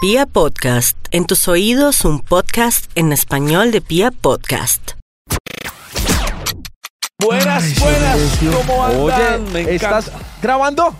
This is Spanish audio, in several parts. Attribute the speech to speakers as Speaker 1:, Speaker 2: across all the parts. Speaker 1: Pia Podcast, en tus oídos un podcast en español de Pia Podcast.
Speaker 2: Buenas, buenas, ¿cómo
Speaker 3: Oye,
Speaker 2: andan? Me
Speaker 3: ¿estás
Speaker 2: encanta.
Speaker 3: grabando?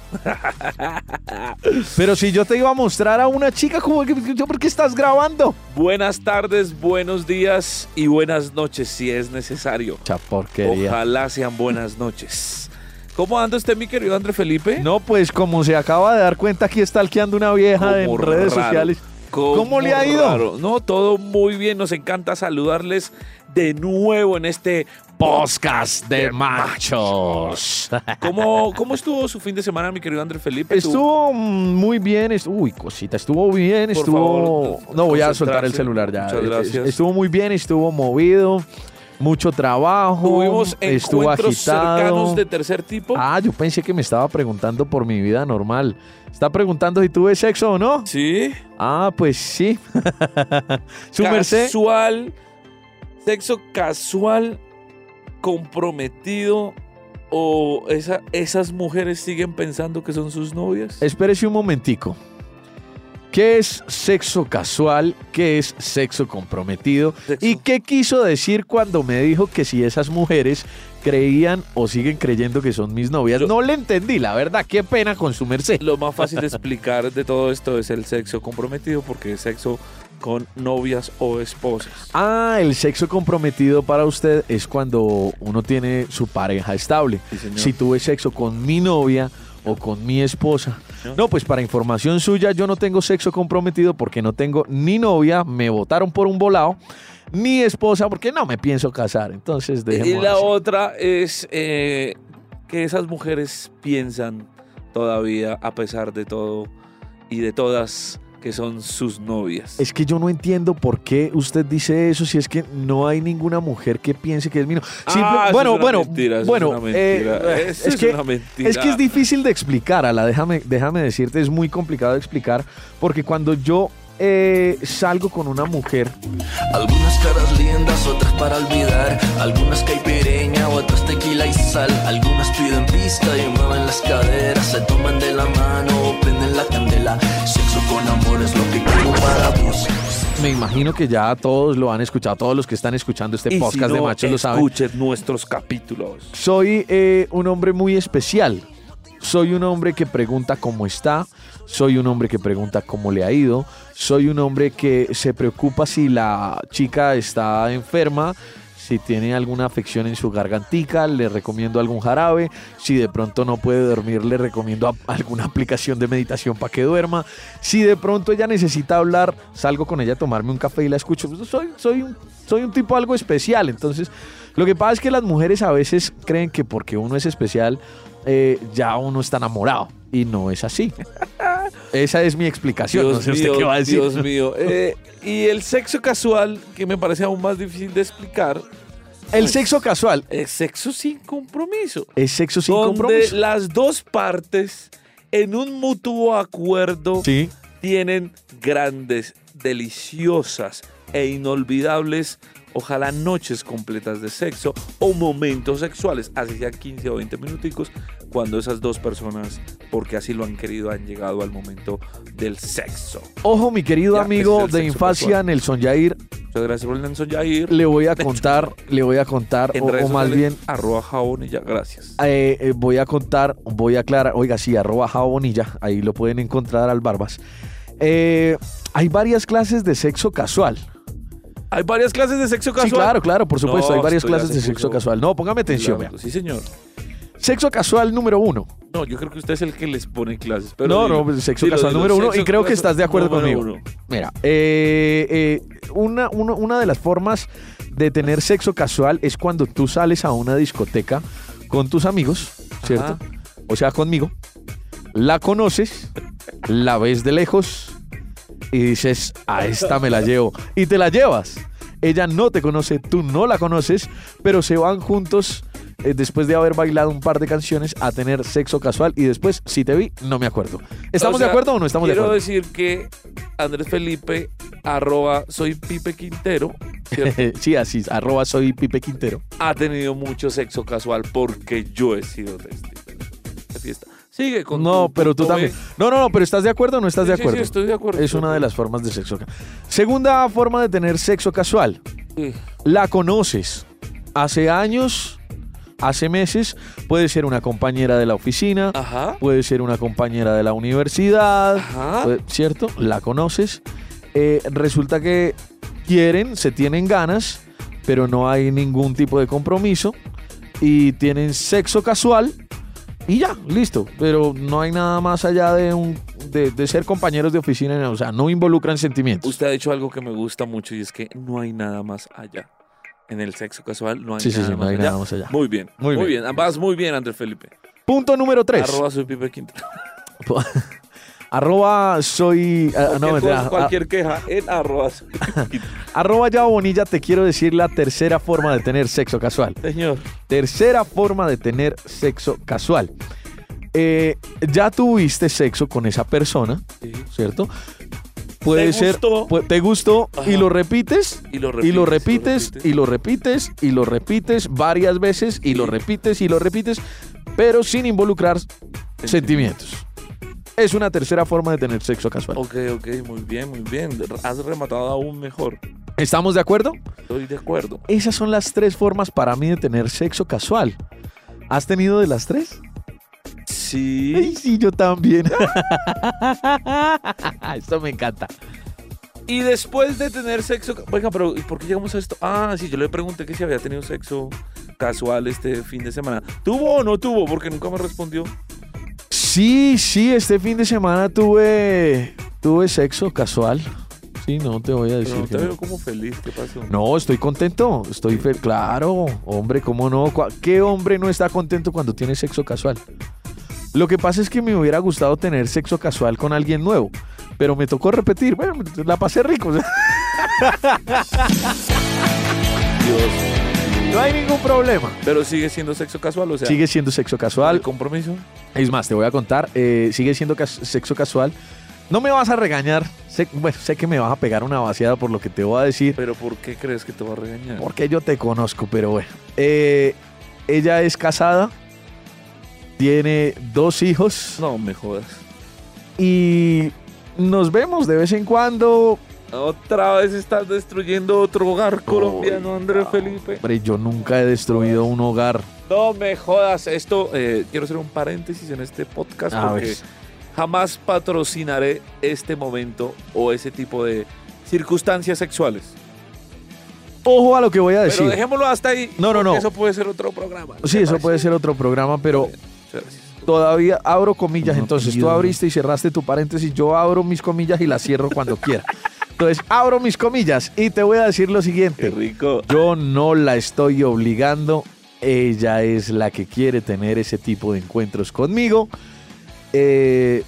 Speaker 3: Pero si yo te iba a mostrar a una chica, ¿cómo que, yo, ¿por qué estás grabando?
Speaker 2: Buenas tardes, buenos días y buenas noches si es necesario.
Speaker 3: Cha porquería.
Speaker 2: Ojalá sean buenas noches. ¿Cómo anda usted, mi querido André Felipe?
Speaker 3: No, pues como se acaba de dar cuenta, aquí está alqueando una
Speaker 2: Como
Speaker 3: vieja en
Speaker 2: raro,
Speaker 3: redes sociales.
Speaker 2: como
Speaker 3: ¿Cómo le ha ido?
Speaker 2: raro. No, todo muy bien. Nos encanta saludarles de nuevo en este podcast de machos. ¿Cómo, cómo estuvo su fin de semana, mi querido André Felipe? ¿Tú-
Speaker 3: Estuvo mm, muy bien, estuvo, uy, cosita, estuvo bien,
Speaker 2: Por
Speaker 3: estuvo...
Speaker 2: favor,
Speaker 3: no voy a soltar el
Speaker 2: concentrarse.
Speaker 3: celular ya.
Speaker 2: Muchas gracias.
Speaker 3: Estuvo muy bien, estuvo movido, mucho trabajo,
Speaker 2: Tuvimos
Speaker 3: estuvo
Speaker 2: encuentros
Speaker 3: agitado.
Speaker 2: cercanos de tercer tipo.
Speaker 3: Ah, yo pensé que me estaba preguntando por mi vida normal. Está preguntando si tuve sexo o no.
Speaker 2: Sí.
Speaker 3: Ah, pues sí. Su merced.
Speaker 2: Casual. Sexo casual, comprometido. ¿O esa- esas mujeres siguen pensando que son sus novias?
Speaker 3: Espérese un momentico. ¿Qué es sexo casual? ¿Qué es sexo comprometido?
Speaker 2: Sexo.
Speaker 3: ¿Y qué quiso decir cuando me dijo que si esas mujeres creían o siguen creyendo que son mis novias?
Speaker 2: Yo-
Speaker 3: no le entendí, la verdad. Qué pena con su merced.
Speaker 2: Lo más fácil de explicar de todo esto es el sexo comprometido, porque es sexo con novias o esposas.
Speaker 3: Ah, el sexo comprometido para usted es cuando uno tiene su pareja estable.
Speaker 2: Sí, señor.
Speaker 3: si tuve sexo con mi novia o con mi esposa. No, pues para información suya, yo no tengo sexo comprometido porque no tengo ni novia, me votaron por un volado, ni esposa porque no me pienso casar. Entonces,
Speaker 2: y
Speaker 3: dejemos
Speaker 2: la
Speaker 3: así.
Speaker 2: otra es eh, que esas mujeres piensan todavía, a pesar de todo y de todas, que son sus novias.
Speaker 3: Es que yo no entiendo por qué usted dice eso si es que no hay ninguna mujer que piense que es mi novia. Simple-
Speaker 2: Ah, eso
Speaker 3: bueno,
Speaker 2: es una
Speaker 3: bueno,
Speaker 2: mentira, eso
Speaker 3: bueno,
Speaker 2: es una mentira,
Speaker 3: eh,
Speaker 2: eso es
Speaker 3: que
Speaker 2: una mentira.
Speaker 3: Es que es difícil de explicar, Ala, déjame, déjame decirte, es muy complicado de explicar, porque cuando yo eh, salgo con una mujer,
Speaker 4: Algunas caras lindas, otras para olvidar. Algunas caipireña, otras tequila y sal. Algunas piden pista y mueven las caderas. Se toman de la mano o prenden la candela. Sexo con amor es lo que quiero para vos.
Speaker 3: me imagino que ya todos lo han escuchado, todos los que están escuchando este
Speaker 2: Y si
Speaker 3: podcast de
Speaker 2: no,
Speaker 3: machos lo saben.
Speaker 2: Escuchen nuestros capítulos.
Speaker 3: Soy eh, un hombre muy especial. Soy un hombre que pregunta cómo está. Soy un hombre que pregunta cómo le ha ido. Soy un hombre que se preocupa si la chica está enferma, si tiene alguna afección en su gargantica, le recomiendo algún jarabe. Si de pronto no puede dormir, le recomiendo a- alguna aplicación de meditación para que duerma. Si de pronto ella necesita hablar, salgo con ella a tomarme un café y la escucho. Pues Soy, soy, un, soy un tipo algo especial. Entonces, lo que pasa es que las mujeres a veces creen que porque uno es especial, eh, ya uno está enamorado. Y no es así. Esa es mi explicación. no sé usted qué va a decir.
Speaker 2: Dios mío. Eh, y el sexo casual, que me parece aún más difícil de explicar,
Speaker 3: El sexo casual
Speaker 2: es sexo sin compromiso.
Speaker 3: es sexo sin
Speaker 2: donde
Speaker 3: compromiso.
Speaker 2: las dos partes, en un mutuo acuerdo,
Speaker 3: Sí.
Speaker 2: tienen grandes, deliciosas e inolvidables, ojalá noches completas de sexo o momentos sexuales, así sean 15 o 20 minuticos, cuando esas dos personas, porque así lo han querido, han llegado al momento del sexo.
Speaker 3: Ojo, mi querido
Speaker 2: Ya, ese es
Speaker 3: amigo
Speaker 2: el
Speaker 3: de
Speaker 2: sexo
Speaker 3: infancia,
Speaker 2: casual.
Speaker 3: Nelson Yair,
Speaker 2: Muchas gracias por el Nelson Jair.
Speaker 3: le voy a contar, le voy a contar,
Speaker 2: En
Speaker 3: o,
Speaker 2: redes
Speaker 3: o más
Speaker 2: sociales,
Speaker 3: bien,
Speaker 2: arroba jabón y ya, gracias.
Speaker 3: eh, eh, voy a contar, voy a aclarar, oiga, sí, arroba jabonilla, ahí lo pueden encontrar al Barbas. Eh, hay varias clases de sexo casual.
Speaker 2: Hay varias clases de sexo casual.
Speaker 3: Sí, claro, claro, por supuesto,
Speaker 2: No,
Speaker 3: hay varias
Speaker 2: esto ya
Speaker 3: clases
Speaker 2: se
Speaker 3: de sexo
Speaker 2: puso-
Speaker 3: casual. No, póngame atención,
Speaker 2: Claro, pues.
Speaker 3: vea.
Speaker 2: Sí, señor.
Speaker 3: Sexo casual número uno.
Speaker 2: No, yo creo que usted es el que les pone clases. Pero
Speaker 3: no,
Speaker 2: dilo.
Speaker 3: no, sexo
Speaker 2: Dilo,
Speaker 3: casual
Speaker 2: dilo,
Speaker 3: número uno,
Speaker 2: sexo
Speaker 3: y creo que
Speaker 2: casual
Speaker 3: estás de acuerdo
Speaker 2: número
Speaker 3: conmigo.
Speaker 2: uno.
Speaker 3: Mira, eh, eh, una, una- una de las formas de tener sexo casual es cuando tú sales a una discoteca con tus amigos, ¿cierto?
Speaker 2: Ajá.
Speaker 3: O sea, conmigo. La conoces, la ves de lejos y dices, a esta me la llevo. Y te la llevas. Ella no te conoce, tú no la conoces, pero se van juntos eh, después de haber bailado un par de canciones a tener sexo casual y después, si te vi, no me acuerdo. ¿Estamos
Speaker 2: O sea,
Speaker 3: de acuerdo o no estamos de
Speaker 2: Quiero
Speaker 3: acuerdo?
Speaker 2: decir que Andrés Felipe, arroba soy Pipe Quintero, ¿cierto?
Speaker 3: sí, así, arroba soy Pipe Quintero.
Speaker 2: ha tenido mucho sexo casual porque yo he sido testigo de fiesta. Sigue con
Speaker 3: No,
Speaker 2: tu
Speaker 3: pero tú
Speaker 2: punto B.
Speaker 3: también. No, no, no, pero ¿estás de acuerdo o no estás
Speaker 2: Sí,
Speaker 3: de
Speaker 2: sí,
Speaker 3: acuerdo?
Speaker 2: sí, estoy de acuerdo.
Speaker 3: Es una de las formas de sexo casual. Segunda forma de tener sexo casual.
Speaker 2: Sí.
Speaker 3: La conoces. Hace años, hace meses, puede ser una compañera de la oficina,
Speaker 2: Ajá.
Speaker 3: puede ser una compañera de la universidad,
Speaker 2: Ajá.
Speaker 3: puede- ¿cierto? La conoces. Eh, resulta que quieren, se tienen ganas, pero no hay ningún tipo de compromiso y tienen sexo casual y ya, listo. Pero no hay nada más allá de, un, de, de ser compañeros de oficina, o sea, no involucran sentimientos.
Speaker 2: Usted ha hecho algo que me gusta mucho y es que no hay nada más allá. En el sexo casual no hay,
Speaker 3: sí, sí,
Speaker 2: nada,
Speaker 3: sí,
Speaker 2: más
Speaker 3: no hay
Speaker 2: allá.
Speaker 3: nada más allá.
Speaker 2: Muy bien, muy,
Speaker 3: Muy
Speaker 2: bien.
Speaker 3: bien. Pues.
Speaker 2: Ambas muy bien, Andrés Felipe.
Speaker 3: Punto número 3.
Speaker 2: Arroba soy Pipe Quintero.
Speaker 3: Arroba soy. ah, no,
Speaker 2: Cualquier cosa,
Speaker 3: mentira, ah,
Speaker 2: cualquier queja en arroba soy Pipe Quintero.
Speaker 3: arroba Yao Bonilla, te quiero decir la tercera forma de tener sexo casual.
Speaker 2: Señor,
Speaker 3: Tercera forma de tener sexo casual. Eh, ya tuviste sexo con esa persona,
Speaker 2: sí.
Speaker 3: ¿cierto? Puede
Speaker 2: ¿Te
Speaker 3: ser.
Speaker 2: gustó?
Speaker 3: pu- ¿Te gustó?
Speaker 2: Ajá.
Speaker 3: Y lo repites.
Speaker 2: y lo repites.
Speaker 3: Y lo repites, y lo repites, y lo repites varias veces, y lo
Speaker 2: Sí.
Speaker 3: repites, y lo repites, pero sin involucrar sentimientos. Es una tercera forma de tener sexo casual.
Speaker 2: Ok, ok, muy bien, muy bien. Has rematado aún mejor.
Speaker 3: ¿Estamos de acuerdo?
Speaker 2: Estoy de acuerdo.
Speaker 3: Esas son las tres formas para mí de tener sexo casual. ¿Has tenido de las tres? Ay,
Speaker 2: Sí.
Speaker 3: sí, yo también. Esto me encanta.
Speaker 2: Y después de tener sexo. Venga, pero ¿y por qué llegamos a esto? Ah, sí, yo le pregunté que si había tenido sexo casual este fin de semana. ¿Tuvo o no tuvo? Porque nunca me respondió.
Speaker 3: Sí, sí, este fin de semana tuve tuve sexo casual. Sí, no te voy a
Speaker 2: Pero
Speaker 3: decir.
Speaker 2: no
Speaker 3: que
Speaker 2: te
Speaker 3: no.
Speaker 2: veo como feliz. ¿Qué pasó?
Speaker 3: No, estoy contento, estoy fe- claro, hombre, cómo no, Cua- qué hombre no está contento cuando tiene sexo casual. Lo que pasa es que me hubiera gustado tener sexo casual con alguien nuevo, pero me tocó repetir, bueno, la pasé rico. No hay ningún problema.
Speaker 2: Pero sigue siendo sexo casual, o sea.
Speaker 3: Sigue siendo sexo
Speaker 2: ¿El
Speaker 3: casual.
Speaker 2: compromiso?
Speaker 3: Es más, te voy a contar, eh, sigue siendo cas- sexo casual. No me vas a regañar, sé, bueno, sé que me vas a pegar una vaciada por lo que te voy a decir,
Speaker 2: ¿Pero por qué crees que te va a regañar?
Speaker 3: Porque yo te conozco, pero bueno. Eh, ella es casada, tiene dos hijos
Speaker 2: No me jodas.
Speaker 3: y nos vemos de vez en cuando.
Speaker 2: Otra vez estás destruyendo otro hogar colombiano, Andrés Felipe.
Speaker 3: Hombre, yo nunca he destruido un hogar.
Speaker 2: No me jodas. Esto, eh, quiero hacer un paréntesis en este podcast
Speaker 3: A
Speaker 2: porque
Speaker 3: ver.
Speaker 2: jamás patrocinaré este momento o ese tipo de circunstancias sexuales.
Speaker 3: Ojo a lo que voy a
Speaker 2: Pero
Speaker 3: decir.
Speaker 2: dejémoslo hasta ahí.
Speaker 3: No, no,
Speaker 2: porque
Speaker 3: no.
Speaker 2: Eso puede ser otro programa.
Speaker 3: Sí, eso puede ser otro programa, pero
Speaker 2: Gracias.
Speaker 3: todavía abro comillas.
Speaker 2: No,
Speaker 3: Entonces
Speaker 2: Dios.
Speaker 3: tú abriste y cerraste tu paréntesis. Yo abro mis comillas y las cierro cuando quiera. Entonces abro mis comillas y te voy a decir lo
Speaker 2: Qué
Speaker 3: siguiente.
Speaker 2: rico.
Speaker 3: Yo no la estoy obligando. Ella es la que quiere tener ese tipo de encuentros conmigo. Eh,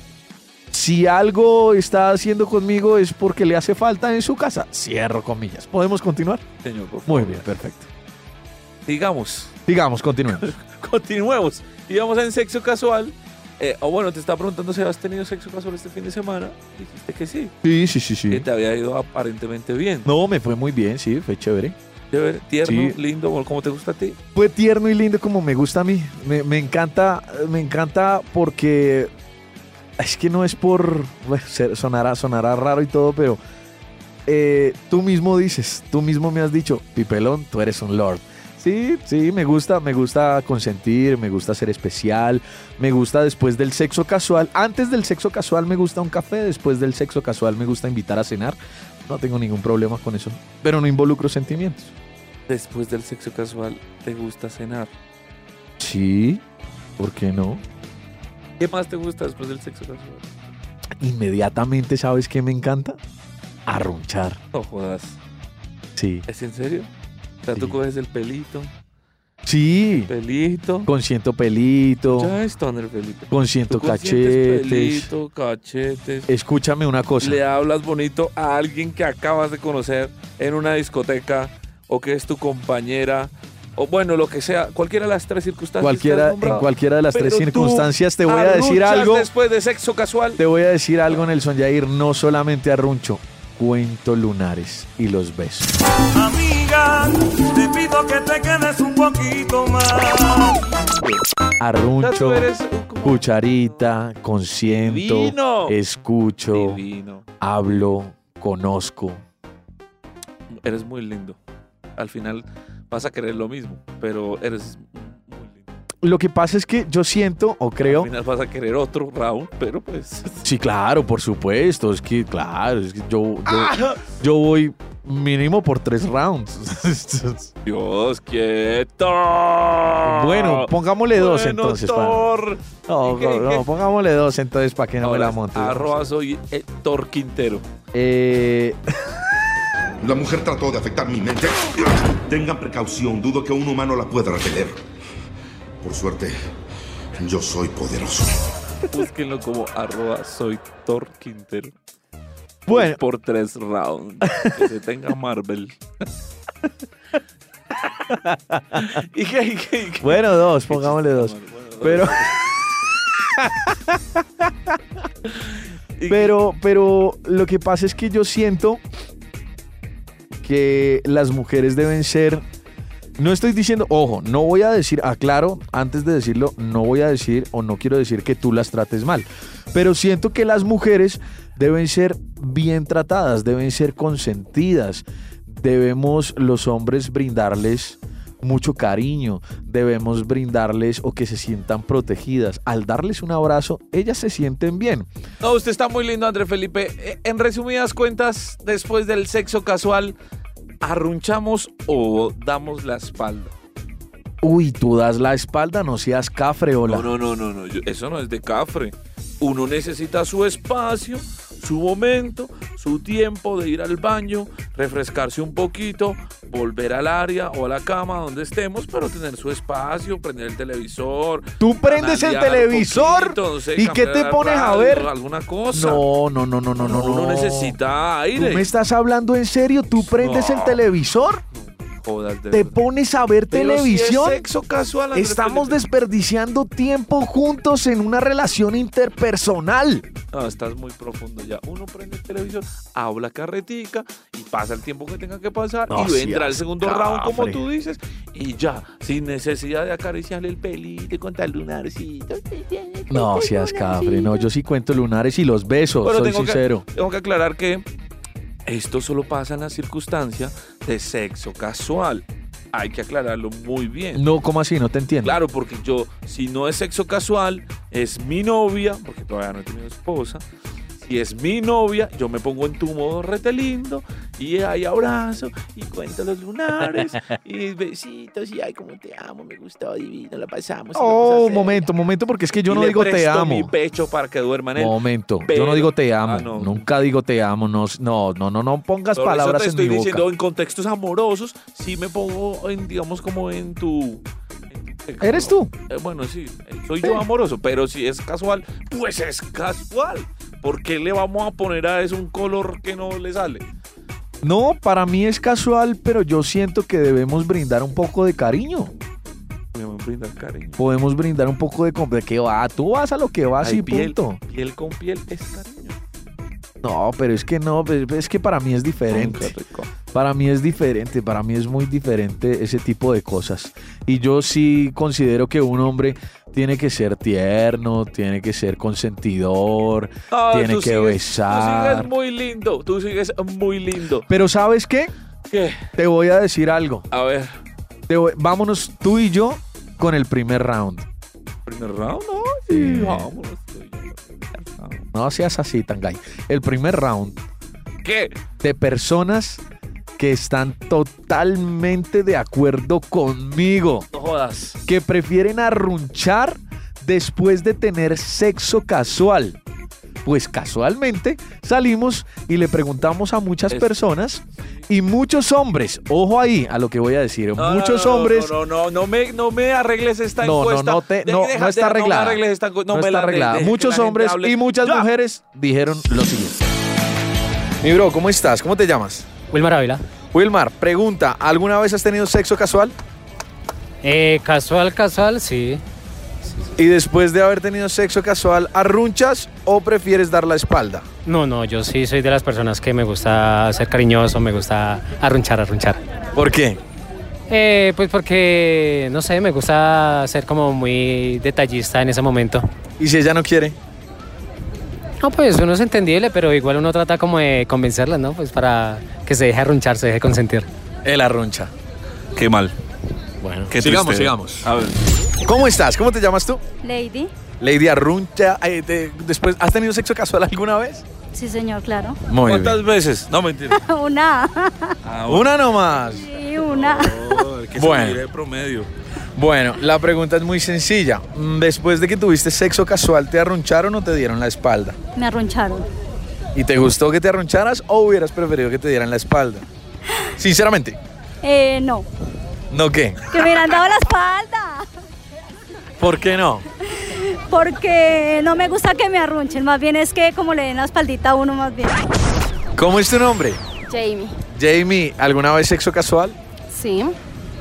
Speaker 3: si algo está haciendo conmigo es porque le hace falta en su casa. Cierro comillas. ¿Podemos continuar?
Speaker 2: Señor, por favor.
Speaker 3: Muy bien, perfecto.
Speaker 2: Digamos.
Speaker 3: Digamos, continuemos.
Speaker 2: Continuemos. Íbamos en sexo casual. Eh, o bueno, te estaba preguntando si has tenido sexo casual este fin de semana. Dijiste que sí.
Speaker 3: Sí, sí, sí,
Speaker 2: Que
Speaker 3: sí.
Speaker 2: te había ido aparentemente bien.
Speaker 3: No, me fue muy bien, sí, fue chévere.
Speaker 2: Chévere, Tierno,
Speaker 3: Sí.
Speaker 2: lindo, bueno, como te gusta a ti.
Speaker 3: fue tierno y lindo como me gusta a mí. Me, me encanta, me encanta porque es que no es por bueno, ser- sonará, sonará raro y todo, pero eh, tú mismo dices, tú mismo me has dicho, Pipelón, tú eres un lord. Sí, sí, me gusta, me gusta consentir, me gusta ser especial, me gusta después del sexo casual, antes del sexo casual me gusta un café, después del sexo casual me gusta invitar a cenar, no tengo ningún problema con eso, pero no involucro sentimientos.
Speaker 2: Después del sexo casual, ¿te gusta cenar?
Speaker 3: Sí, ¿por qué no?
Speaker 2: ¿Qué más te gusta después del sexo casual?
Speaker 3: inmediatamente sabes qué me encanta arrunchar
Speaker 2: No jodas.
Speaker 3: sí
Speaker 2: ¿Es en serio? O sea, tú
Speaker 3: Sí.
Speaker 2: coges el pelito,
Speaker 3: sí
Speaker 2: pelito.
Speaker 3: consiento pelito
Speaker 2: Ya es Thunder Felipe.
Speaker 3: consiento
Speaker 2: Tú consientes
Speaker 3: cachetes
Speaker 2: Pelito, cachetes.
Speaker 3: escúchame una cosa
Speaker 2: Le hablas bonito a alguien que acabas de conocer en una discoteca o que es tu compañera o bueno, lo que sea, cualquiera de las tres circunstancias. que has
Speaker 3: cualquiera en
Speaker 2: nombrado.
Speaker 3: cualquiera de las
Speaker 2: Pero
Speaker 3: tres
Speaker 2: tú
Speaker 3: circunstancias te voy a decir
Speaker 2: Arruchas
Speaker 3: algo
Speaker 2: después de sexo casual.
Speaker 3: te voy a decir algo Nelson Jair no solamente arruncho cuento lunares y los beso
Speaker 5: Amiga, más. Te pido que te quedes un poquito más.
Speaker 3: Arruncho,
Speaker 2: tú eres un- como-
Speaker 3: cucharita, consiento,
Speaker 2: Divino.
Speaker 3: escucho,
Speaker 2: Divino.
Speaker 3: hablo, conozco.
Speaker 2: Eres muy lindo. Al final vas a querer lo mismo, pero eres muy lindo.
Speaker 3: Lo que pasa es que yo siento o creo
Speaker 2: Al final vas a querer otro round, pero pues.
Speaker 3: Sí, claro, por supuesto. Es que, claro, es que yo, yo,
Speaker 2: Ah.
Speaker 3: yo voy mínimo por tres rounds.
Speaker 2: Dios, quieto.
Speaker 3: bueno, pongámosle dos
Speaker 2: Ah, Bueno,
Speaker 3: entonces. pana.
Speaker 2: Thor.
Speaker 3: No,
Speaker 2: ¿Y qué- y
Speaker 3: no,
Speaker 2: qué?
Speaker 3: pongámosle dos entonces para que no
Speaker 2: Ahora
Speaker 3: me la
Speaker 2: es
Speaker 3: montes.
Speaker 2: Arroba soy Héctor Quintero.
Speaker 3: Eh,
Speaker 6: La mujer trató de afectar mi mente. Tengan precaución, dudo que un humano la pueda repeler. Por suerte, yo soy poderoso.
Speaker 2: Búsquenlo como arroba soy Thor Quintero.
Speaker 3: bueno,
Speaker 2: Por tres rounds. Que se tenga Marvel. ¿Y qué, y qué, y qué?
Speaker 3: bueno, dos, pongámosle dos. Pero,
Speaker 2: ¿Y
Speaker 3: pero, pero lo que pasa es que yo siento que las mujeres deben ser. No estoy diciendo, ojo, no voy a decir, aclaro, antes de decirlo, no voy a decir o no quiero decir que tú las trates mal, pero siento que las mujeres deben ser bien tratadas, deben ser consentidas, debemos los hombres brindarles mucho cariño, debemos brindarles o que se sientan protegidas. Al darles un abrazo, ellas se sienten bien.
Speaker 2: No, usted está muy lindo, André Felipe. Eh, En resumidas cuentas, después del sexo casual, ¿arrunchamos o damos la espalda?
Speaker 3: Uy, tú das la espalda, no seas cafre, hola.
Speaker 2: No, no, no, no, no. yo- eso no es de cafre. Uno necesita su espacio, su momento, su tiempo de ir al baño, refrescarse un poquito, volver al área o a la cama donde estemos, pero tener su espacio, prender el televisor.
Speaker 3: Tú prendes el
Speaker 2: canalear un
Speaker 3: televisor
Speaker 2: poquito, no sé,
Speaker 3: y ¿qué
Speaker 2: cambiar
Speaker 3: te
Speaker 2: la
Speaker 3: pones a
Speaker 2: radio,
Speaker 3: ver?
Speaker 2: Alguna cosa.
Speaker 3: No, no, no, no, no, no.
Speaker 2: Uno necesita
Speaker 3: ¿Tú
Speaker 2: aire.
Speaker 3: me estás hablando en serio? ¿Tú prendes el
Speaker 2: No.
Speaker 3: televisor?
Speaker 2: Jodas, de
Speaker 3: ¿Te
Speaker 2: verdad.
Speaker 3: pones a ver
Speaker 2: Pero si es
Speaker 3: televisión?
Speaker 2: sexo casual. Andrés pues,
Speaker 3: Estamos
Speaker 2: Felipe.
Speaker 3: desperdiciando tiempo juntos en una relación interpersonal.
Speaker 2: No, Ah, estás muy profundo ya. Uno prende el televisor, habla carretica y pasa el tiempo que tenga que pasar
Speaker 3: No
Speaker 2: y vendrá el
Speaker 3: seas
Speaker 2: segundo round como
Speaker 3: cafre.
Speaker 2: tú dices y ya, sin necesidad de acariciarle el pelito y contar lunarcito.
Speaker 3: No seas cafre, no, yo sí cuento lunares y los besos,
Speaker 2: Pero
Speaker 3: soy
Speaker 2: tengo que-
Speaker 3: sincero.
Speaker 2: Tengo que aclarar que esto solo pasa en la circunstancia de sexo casual. Hay que aclararlo muy bien.
Speaker 3: No, ¿cómo así? No te entiendo.
Speaker 2: Claro, porque yo, si no es sexo casual, es mi novia, porque todavía no he tenido esposa. Si es mi novia, yo me pongo en tu modo rete lindo y hay abrazo y cuento los lunares y besitos y ay, como te amo, me gustó, divino, la pasamos. y vamos a
Speaker 3: Oh,
Speaker 2: hacer.
Speaker 3: momento, momento, porque es que yo
Speaker 2: Y
Speaker 3: no
Speaker 2: le
Speaker 3: digo te
Speaker 2: presto mi
Speaker 3: amo.
Speaker 2: pecho para que duerma en él.
Speaker 3: Momento, yo
Speaker 2: pero-
Speaker 3: no digo te amo,
Speaker 2: Ah, no.
Speaker 3: nunca digo te amo, no, no, no, no, no pongas
Speaker 2: Por eso
Speaker 3: palabras
Speaker 2: te
Speaker 3: en
Speaker 2: estoy
Speaker 3: mi boca.
Speaker 2: diciendo, en contextos amorosos, sí me pongo, en, digamos, como en tu... en tu sexo, ¿no?
Speaker 3: Eres tú.
Speaker 2: Eh, bueno, sí, eh, soy yo amoroso, pero si es casual, pues es casual. ¿Por qué le vamos a poner a eso un color que no le sale?
Speaker 3: No, para mí es casual, pero yo siento que debemos brindar un poco de cariño.
Speaker 2: Me brinda cariño.
Speaker 3: Podemos brindar un poco de comp- de que va, tú vas a lo que vas
Speaker 2: Ay,
Speaker 3: y
Speaker 2: piel,
Speaker 3: Ah, punto.
Speaker 2: piel con piel es cariño.
Speaker 3: No, pero es que no, pues, es que para mí es
Speaker 2: Ay,
Speaker 3: diferente.
Speaker 2: qué rico.
Speaker 3: Para mí es diferente, para mí es muy diferente ese tipo de cosas. Y yo sí considero que un hombre tiene que ser tierno, tiene que ser consentidor,
Speaker 2: Ah,
Speaker 3: tiene
Speaker 2: tú
Speaker 3: que
Speaker 2: sigues- Tú
Speaker 3: besar.
Speaker 2: sigues muy lindo, tú sigues muy lindo.
Speaker 3: Pero ¿sabes qué?
Speaker 2: ¿Qué?
Speaker 3: Te voy a decir algo.
Speaker 2: A ver,
Speaker 3: Te voy- vámonos tú y yo con el primer round.
Speaker 2: primer round, ¿no? Sí,
Speaker 3: Sí. Ah.
Speaker 2: vámonos. tú y yo, primer round.
Speaker 3: No seas así, Tangay. El primer round
Speaker 2: ¿Qué?
Speaker 3: de personas que están totalmente de acuerdo conmigo.
Speaker 2: No jodas.
Speaker 3: que prefieren arrunchar después de tener sexo casual. Pues casualmente salimos y le preguntamos a muchas
Speaker 2: Es-
Speaker 3: personas y muchos hombres, ojo ahí a lo que voy a decir,
Speaker 2: No, no,
Speaker 3: muchos
Speaker 2: no, no,
Speaker 3: hombres
Speaker 2: No, no, no, no me, no me arregles esta
Speaker 3: No, no,
Speaker 2: encuesta.
Speaker 3: no te-
Speaker 2: De-
Speaker 3: no,
Speaker 2: deja-
Speaker 3: no está
Speaker 2: deja-
Speaker 3: arreglada.
Speaker 2: No me arregles esta encuesta.
Speaker 3: no,
Speaker 2: No, me
Speaker 3: está
Speaker 2: la arregles,
Speaker 3: arreglada.
Speaker 2: deja que
Speaker 3: Muchos
Speaker 2: la gente
Speaker 3: hombres
Speaker 2: hable.
Speaker 3: y muchas
Speaker 2: Ya.
Speaker 3: mujeres dijeron lo siguiente. Mi bro, ¿cómo estás? ¿Cómo te llamas?
Speaker 7: Wilmar Ávila.
Speaker 3: Wilmar, pregunta, ¿alguna vez has tenido sexo casual?
Speaker 7: Eh, casual, casual, sí.
Speaker 3: Y después de haber tenido sexo casual, ¿arrunchas o prefieres dar la espalda?
Speaker 7: No, no, yo sí soy de las personas que me gusta ser cariñoso, me gusta arrunchar, arrunchar.
Speaker 3: ¿Por qué?
Speaker 7: Eh, pues porque, no sé, me gusta ser como muy detallista en ese momento.
Speaker 3: ¿Y si ella no quiere?
Speaker 7: No, pues uno es entendible, pero igual uno trata como de convencerla, ¿no? Pues para que se deje arrunchar, se deje consentir.
Speaker 3: Él arroncha.
Speaker 2: Qué mal.
Speaker 3: Bueno,
Speaker 2: Qué
Speaker 3: sigamos,
Speaker 2: triste.
Speaker 3: sigamos.
Speaker 2: A ver,
Speaker 3: ¿Cómo estás? ¿Cómo te llamas tú?
Speaker 8: Lady.
Speaker 3: Lady Arruncha. eh, de- después, ¿Has tenido sexo casual alguna vez?
Speaker 8: Sí, señor, claro.
Speaker 3: Muy
Speaker 2: ¿Cuántas veces? No, mentira.
Speaker 8: Una.
Speaker 2: Ah,
Speaker 3: Una nomás.
Speaker 8: Sí, una.
Speaker 2: Oh, el que se
Speaker 3: Bueno.
Speaker 2: mide de promedio.
Speaker 3: Bueno, la pregunta es muy sencilla. Mm, Después de que tuviste sexo casual, ¿te arroncharon o te dieron la espalda?
Speaker 8: Me arroncharon.
Speaker 3: ¿Y te gustó que te arroncharas o hubieras preferido que te dieran la espalda? Sinceramente,
Speaker 8: Eh, no.
Speaker 3: ¿no qué?
Speaker 8: Que me han dado la espalda.
Speaker 3: ¿Por qué no?
Speaker 8: Porque no me gusta que me arrunchen. Más bien es que como le den la espaldita a uno, más bien.
Speaker 3: ¿Cómo es tu nombre?
Speaker 8: Jamie.
Speaker 3: Jamie, ¿alguna vez sexo casual?
Speaker 8: Sí.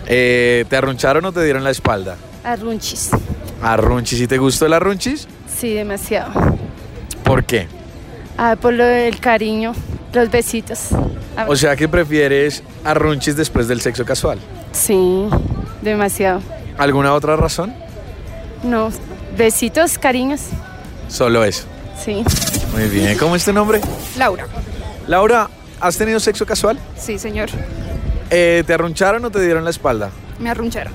Speaker 3: Eh, ¿Te arroncharon o te dieron la espalda?
Speaker 8: Arrunchis.
Speaker 3: Arrunchis, ¿y te gustó el arrunchis?
Speaker 9: Sí, demasiado.
Speaker 3: ¿Por qué?
Speaker 9: Ah, por lo del cariño, los besitos. A-
Speaker 3: O sea que prefieres arrunchis después del sexo casual.
Speaker 9: sí, demasiado.
Speaker 3: ¿Alguna otra razón?
Speaker 9: No, besitos, cariños.
Speaker 3: Solo eso.
Speaker 9: Sí.
Speaker 3: Muy bien, ¿cómo es tu nombre?
Speaker 9: Laura.
Speaker 3: Laura, ¿has tenido sexo casual?
Speaker 9: Sí, señor.
Speaker 3: Eh, ¿Te arruncharon o te dieron la espalda?
Speaker 9: Me arruncharon.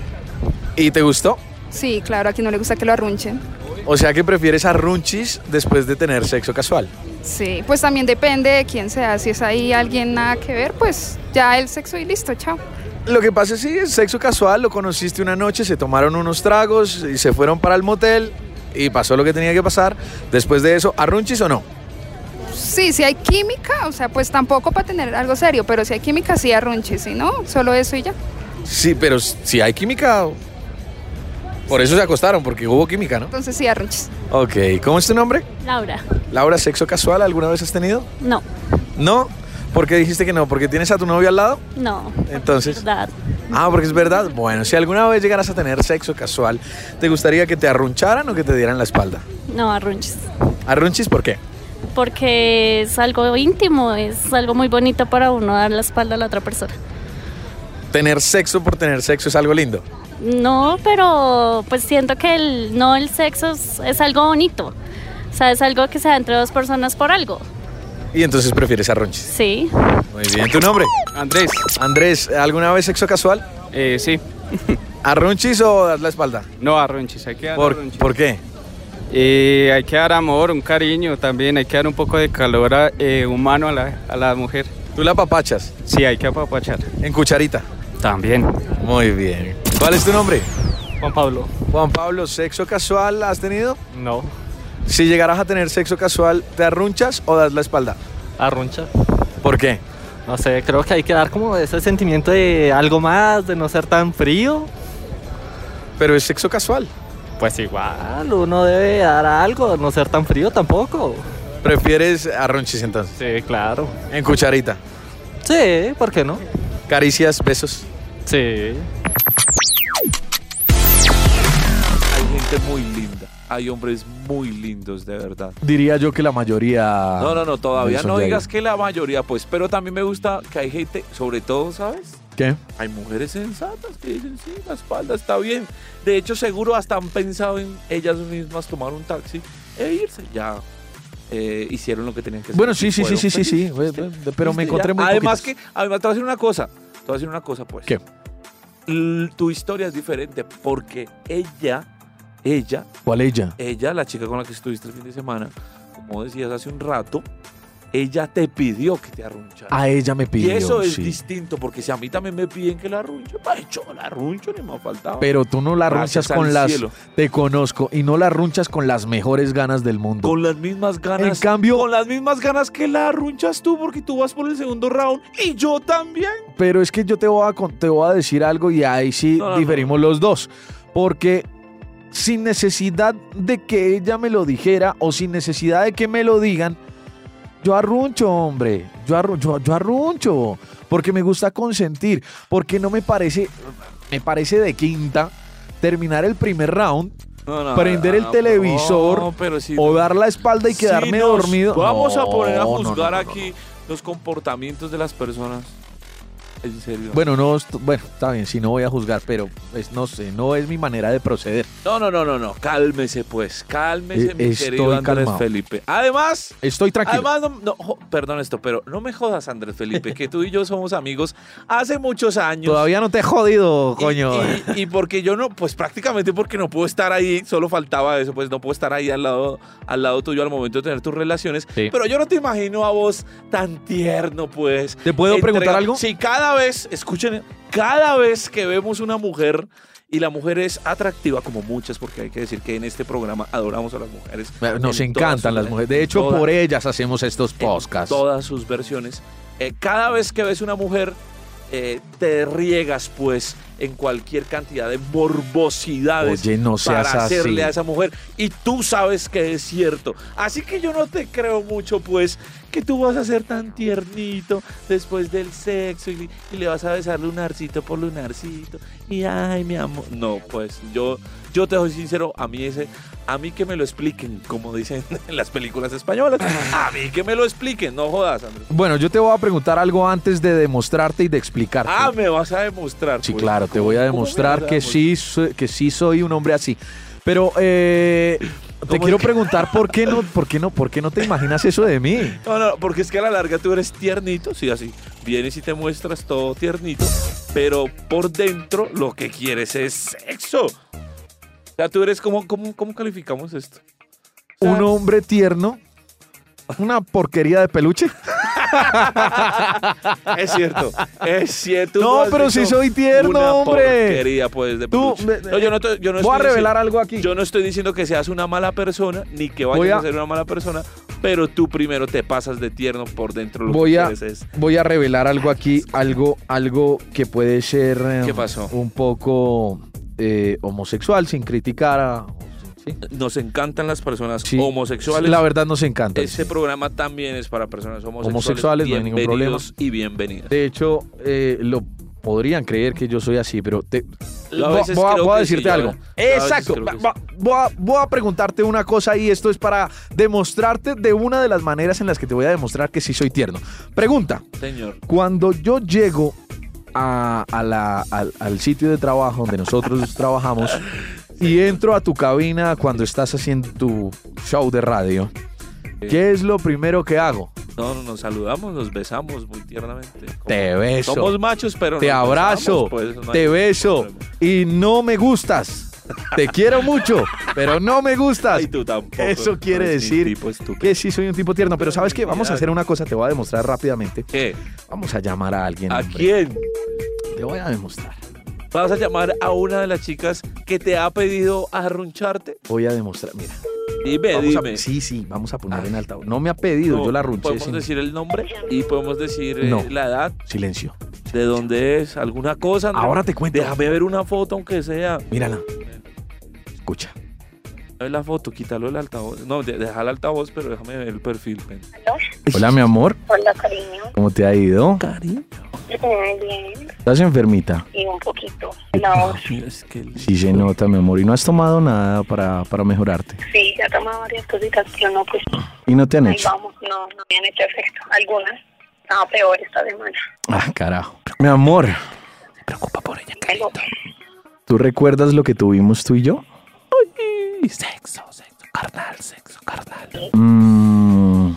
Speaker 3: ¿Y te gustó?
Speaker 9: Sí, claro, a quien no le gusta que lo arrunchen.
Speaker 3: O sea que prefieres arrunchis después de tener sexo casual.
Speaker 9: Sí, pues también depende de quién sea. Si es ahí alguien nada que ver, pues ya el sexo y listo, chao.
Speaker 3: Lo que pasa es sí, es sexo casual, lo conociste una noche, se tomaron unos tragos y se fueron para el motel y pasó lo que tenía que pasar. Después de eso, ¿arrunchis o no?
Speaker 9: Sí, si hay química, o sea, pues tampoco para tener algo serio, pero si hay química, sí arrunche, si no, solo eso y ya.
Speaker 3: Sí, pero si hay química. Por eso se acostaron, porque hubo química, ¿no?
Speaker 9: Entonces sí arrunches.
Speaker 3: Ok, ¿cómo es tu nombre?
Speaker 8: Laura.
Speaker 3: Laura, ¿sexo casual alguna vez has tenido?
Speaker 8: No,
Speaker 3: No. ¿Por qué dijiste que no? ¿Porque tienes a tu novio al lado?
Speaker 8: no.
Speaker 3: Entonces.
Speaker 8: Verdad.
Speaker 3: Ah, porque es verdad. Bueno, si alguna vez llegaras a tener sexo casual, ¿te gustaría que te arruncharan o que te dieran la espalda?
Speaker 8: No, arrunches.
Speaker 3: ¿Arrunchis por qué?
Speaker 8: Porque es algo íntimo, es algo muy bonito para uno dar la espalda a la otra persona.
Speaker 3: Tener sexo por tener sexo es algo lindo.
Speaker 8: No, pero pues siento que el, no el sexo es, es algo bonito. O sea, es algo que se da entre dos personas por algo.
Speaker 3: Y entonces prefieres arrunchis.
Speaker 8: Sí.
Speaker 3: Muy bien, ¿tu nombre?
Speaker 10: Andrés,
Speaker 3: Andrés, ¿alguna vez sexo casual?
Speaker 10: eh, sí.
Speaker 3: ¿Arrunchis o das la espalda?
Speaker 10: No, arrunchis, hay que dar
Speaker 3: ¿Por,
Speaker 10: arrunchis.
Speaker 3: ¿por qué?
Speaker 10: Y eh, hay que dar amor, un cariño también, hay que dar un poco de calor a- eh, humano a la, a la mujer.
Speaker 3: Tú la papachas
Speaker 10: Sí, hay que apapachar.
Speaker 3: en cucharita.
Speaker 10: También.
Speaker 3: Muy bien. ¿Cuál es tu nombre?
Speaker 10: Juan Pablo.
Speaker 3: Juan Pablo, ¿sexo casual has tenido?
Speaker 10: No.
Speaker 3: Si llegaras a tener sexo casual, ¿te arrunchas o das la espalda?
Speaker 10: Arruncha.
Speaker 3: ¿Por qué?
Speaker 10: No sé, creo que hay que dar como ese sentimiento de algo más, de no ser tan frío.
Speaker 3: Pero es sexo casual.
Speaker 10: Pues igual, uno debe dar algo, no ser tan frío tampoco.
Speaker 3: ¿Prefieres arrunchis entonces?
Speaker 10: Sí, claro.
Speaker 3: En cucharita.
Speaker 10: Sí, ¿por qué no?
Speaker 3: Caricias, besos.
Speaker 10: Sí.
Speaker 2: Hay gente muy linda. Hay hombres muy lindos, de verdad.
Speaker 11: Diría yo que la mayoría.
Speaker 2: No, no, no, todavía
Speaker 11: Wilson
Speaker 2: no
Speaker 11: Jair.
Speaker 2: digas que la mayoría, pues. Pero también me gusta que hay gente, sobre todo, ¿sabes?
Speaker 11: ¿Qué?
Speaker 2: Hay mujeres sensatas que dicen, sí, la espalda está bien. De hecho, seguro hasta han pensado en ellas mismas tomar un taxi e irse. Ya eh, hicieron lo que tenían que hacer.
Speaker 11: Bueno, sí, sí, sí,
Speaker 2: Fueron
Speaker 11: sí, sí,
Speaker 2: felices.
Speaker 11: sí. Pero me
Speaker 2: ¿Viste?
Speaker 11: encontré
Speaker 2: Ya.
Speaker 11: muy
Speaker 2: Además
Speaker 11: poquitos.
Speaker 2: que, además te voy a decir una cosa. Te voy a decir una cosa, pues.
Speaker 11: ¿Qué?
Speaker 2: L- tu historia es diferente porque ella, ella,
Speaker 11: ¿Cuál ella?
Speaker 2: ella, la chica con la que estuviste el fin de semana, como decías hace un rato, ella te pidió que te arrunchara.
Speaker 11: A ella me
Speaker 2: y
Speaker 11: pidió.
Speaker 2: eso es
Speaker 11: sí.
Speaker 2: distinto, porque si a mí también me piden que la arrunche, para hecho, la arruncho, ni me faltaba.
Speaker 11: Pero tú no la runchas
Speaker 2: Gracias al
Speaker 11: con las.
Speaker 2: cielo.
Speaker 11: Te conozco y no la runchas con las mejores ganas del mundo.
Speaker 2: Con las mismas ganas.
Speaker 11: En cambio-
Speaker 2: Con las mismas ganas que la arrunchas tú, porque tú vas por el segundo round y yo también.
Speaker 11: Pero es que yo te voy a, con- te voy a decir algo y ahí sí
Speaker 2: No, no,
Speaker 11: diferimos los dos. Porque sin necesidad de que ella me lo dijera o sin necesidad de que me lo digan, yo arruncho, hombre. Yo, arru- yo- yo arruncho. Porque me gusta consentir. Porque no me parece. Me parece de quinta terminar el primer round,
Speaker 2: No, no,
Speaker 11: prender el
Speaker 2: no,
Speaker 11: televisor
Speaker 2: no, pero si-
Speaker 11: o dar la espalda y
Speaker 2: si
Speaker 11: quedarme
Speaker 2: nos
Speaker 11: dormido.
Speaker 2: Vamos a
Speaker 11: No,
Speaker 2: poner
Speaker 11: no,
Speaker 2: a
Speaker 11: no,
Speaker 2: juzgar
Speaker 11: no, no,
Speaker 2: aquí los comportamientos de las personas. En serio.
Speaker 3: Bueno, no, est- bueno, está bien, si no voy a juzgar, pero
Speaker 11: pues,
Speaker 3: es, no sé, no es mi manera de proceder.
Speaker 2: No, no, no, no, no. Cálmese, pues. Cálmese,
Speaker 3: Eh,
Speaker 2: mi querido
Speaker 3: estoy
Speaker 2: Andrés
Speaker 3: calmado.
Speaker 2: Felipe. Además.
Speaker 3: Estoy tranquilo.
Speaker 2: Además, no, no, jo- perdón esto, pero no me jodas, Andrés Felipe, que tú y yo somos amigos hace muchos años.
Speaker 3: Todavía no te he jodido, coño.
Speaker 2: Y, y porque yo no, pues prácticamente porque no puedo estar ahí, solo faltaba eso, pues no puedo estar ahí al lado, al lado tuyo al momento de tener tus relaciones.
Speaker 3: Sí.
Speaker 2: Pero yo no te imagino a vos tan tierno, pues.
Speaker 3: ¿Te puedo preguntar algo?
Speaker 2: Si cada vez, escuchen, cada vez que vemos una mujer y la mujer es atractiva, como muchas, porque hay que decir que en este programa adoramos a las mujeres.
Speaker 3: Nos
Speaker 2: en todas sus-
Speaker 3: encantan las mujeres. De
Speaker 2: en
Speaker 3: hecho,
Speaker 2: todas-
Speaker 3: por ellas hacemos estos podcasts.
Speaker 2: todas sus versiones. Eh, cada vez que ves una mujer, eh, te riegas pues en cualquier cantidad de morbosidades
Speaker 3: Oye, no seas
Speaker 2: para
Speaker 3: así.
Speaker 2: hacerle a esa mujer. Y tú sabes que es cierto. Así que yo no te creo mucho pues que tú vas a ser tan tiernito después del sexo y, y le vas a besar lunarcito por lunarcito. Y ay, mi amor. No, pues yo, yo te soy sincero, a mí ese... A mí que me lo expliquen, como dicen en las películas españolas. A mí que me lo expliquen, no jodas, Andrés.
Speaker 3: Bueno, yo te voy a preguntar algo antes de demostrarte y de explicarte.
Speaker 2: Ah, me vas a demostrar.
Speaker 3: Sí,
Speaker 2: pues.
Speaker 3: claro, te voy a
Speaker 2: ¿Cómo me vas
Speaker 3: demostrar
Speaker 2: a
Speaker 3: que
Speaker 2: demostrar?
Speaker 3: sí, soy- que sí soy un hombre así. Pero eh, te quiero preguntar por qué no, por qué no, por qué no te imaginas eso de mí.
Speaker 2: No, no, porque es que a la larga tú eres tiernito, sí, así. Vienes y te muestras todo tiernito, pero por dentro lo que quieres es sexo. O sea, tú eres como, ¿cómo, cómo calificamos esto?
Speaker 3: Un hombre tierno, una porquería de peluche.
Speaker 2: Es cierto, es cierto.
Speaker 3: No,
Speaker 2: has
Speaker 3: pero sí
Speaker 2: dicho
Speaker 3: soy tierno,
Speaker 2: una
Speaker 3: hombre.
Speaker 2: porquería, pues, de
Speaker 3: Tú,
Speaker 2: peluche.
Speaker 3: me-
Speaker 2: no, yo no, te- yo no
Speaker 3: voy a
Speaker 2: estoy
Speaker 3: revelar
Speaker 2: diciendo-
Speaker 3: algo aquí.
Speaker 2: Yo no estoy diciendo que seas una mala persona, ni que vayas
Speaker 3: Voy
Speaker 2: a...
Speaker 3: a-
Speaker 2: ser una mala persona, pero tú primero te pasas de tierno por dentro. Lo
Speaker 3: Voy
Speaker 2: que
Speaker 3: a,
Speaker 2: quieres es
Speaker 3: voy a revelar algo aquí, algo, algo que puede ser eh,
Speaker 2: ¿Qué pasó?
Speaker 3: un poco eh, homosexual, sin criticar a
Speaker 2: Nos encantan las personas homosexuales.
Speaker 3: La verdad nos encanta.
Speaker 2: Este programa también es para personas homosexuales.
Speaker 3: Homosexuales, no hay ningún
Speaker 2: Bienvenidos y bienvenidas.
Speaker 3: De hecho, eh, lo podrían creer que yo soy así, pero te,
Speaker 2: Yo a
Speaker 3: voy,
Speaker 2: veces
Speaker 3: voy a-
Speaker 2: creo
Speaker 3: voy a
Speaker 2: que sí,
Speaker 3: decirte
Speaker 2: yo a-
Speaker 3: algo.
Speaker 2: yo a veces
Speaker 3: Exacto.
Speaker 2: creo que sí.
Speaker 3: Va- va- Voy a, voy a preguntarte una cosa y esto es para demostrarte de una de las maneras en las que te voy a demostrar que sí soy tierno. Pregunta.
Speaker 2: Señor.
Speaker 3: Cuando yo llego a, a la- al, al sitio de trabajo donde nosotros trabajamos y entro a tu cabina cuando estás haciendo tu show de radio, ¿qué es lo primero que hago?
Speaker 2: No, no, nos saludamos, nos besamos muy tiernamente.
Speaker 3: Te beso.
Speaker 2: Somos machos, pero
Speaker 3: Te
Speaker 2: nos
Speaker 3: abrazo.
Speaker 2: besamos, pues, no hay-
Speaker 3: te beso. Y no me gustas. Te quiero mucho, pero no me gustas.
Speaker 2: Y tú tampoco.
Speaker 3: Eso quiere
Speaker 2: No eres ni
Speaker 3: decir
Speaker 2: tipo estúpido.
Speaker 3: que sí soy un tipo tierno. Pero ¿sabes qué? Vamos a hacer una cosa, te voy a demostrar rápidamente.
Speaker 2: ¿Qué?
Speaker 3: Vamos a llamar a alguien.
Speaker 2: ¿A
Speaker 3: hombre.
Speaker 2: quién?
Speaker 3: Te voy a demostrar.
Speaker 2: ¿Vas a llamar a una de las chicas que te ha pedido arruncharte?
Speaker 3: Voy a demostrar, mira.
Speaker 2: Dime,
Speaker 3: Vamos a-
Speaker 2: dime.
Speaker 3: sí, sí, vamos a poner en altavoz. No me ha pedido, yo la arrunché.
Speaker 2: Ah. Podemos
Speaker 3: sin-
Speaker 2: decir el nombre y podemos decir eh,
Speaker 3: No.
Speaker 2: la edad,
Speaker 3: Silencio.
Speaker 2: de dónde es, alguna cosa. ¿no?
Speaker 3: Ahora te cuento.
Speaker 2: Déjame ver una foto, aunque sea.
Speaker 3: Mírala. Escucha.
Speaker 2: Ver la foto, quítalo el altavoz. No, de- deja el altavoz, pero déjame ver el perfil. ven.
Speaker 3: Hola, mi amor.
Speaker 9: Hola, cariño.
Speaker 3: ¿Cómo te ha ido?
Speaker 9: Muy bien.
Speaker 3: ¿Estás enfermita?
Speaker 9: Y un poquito. No,
Speaker 3: Sí, se nota, mi amor. Y no has tomado nada para, para mejorarte.
Speaker 9: sí, ya tomaba varias cositas, pero no, pues.
Speaker 3: Y no te han
Speaker 9: ahí
Speaker 3: hecho.
Speaker 9: vamos, no, no me han hecho efecto. Algunas. No, peor esta semana.
Speaker 3: Ah, carajo. Mi amor,
Speaker 9: Algo-
Speaker 3: ¿tú recuerdas lo que tuvimos tú y yo?
Speaker 2: Uy, Sexo, sexo, carnal, sexo, carnal.
Speaker 3: Mm,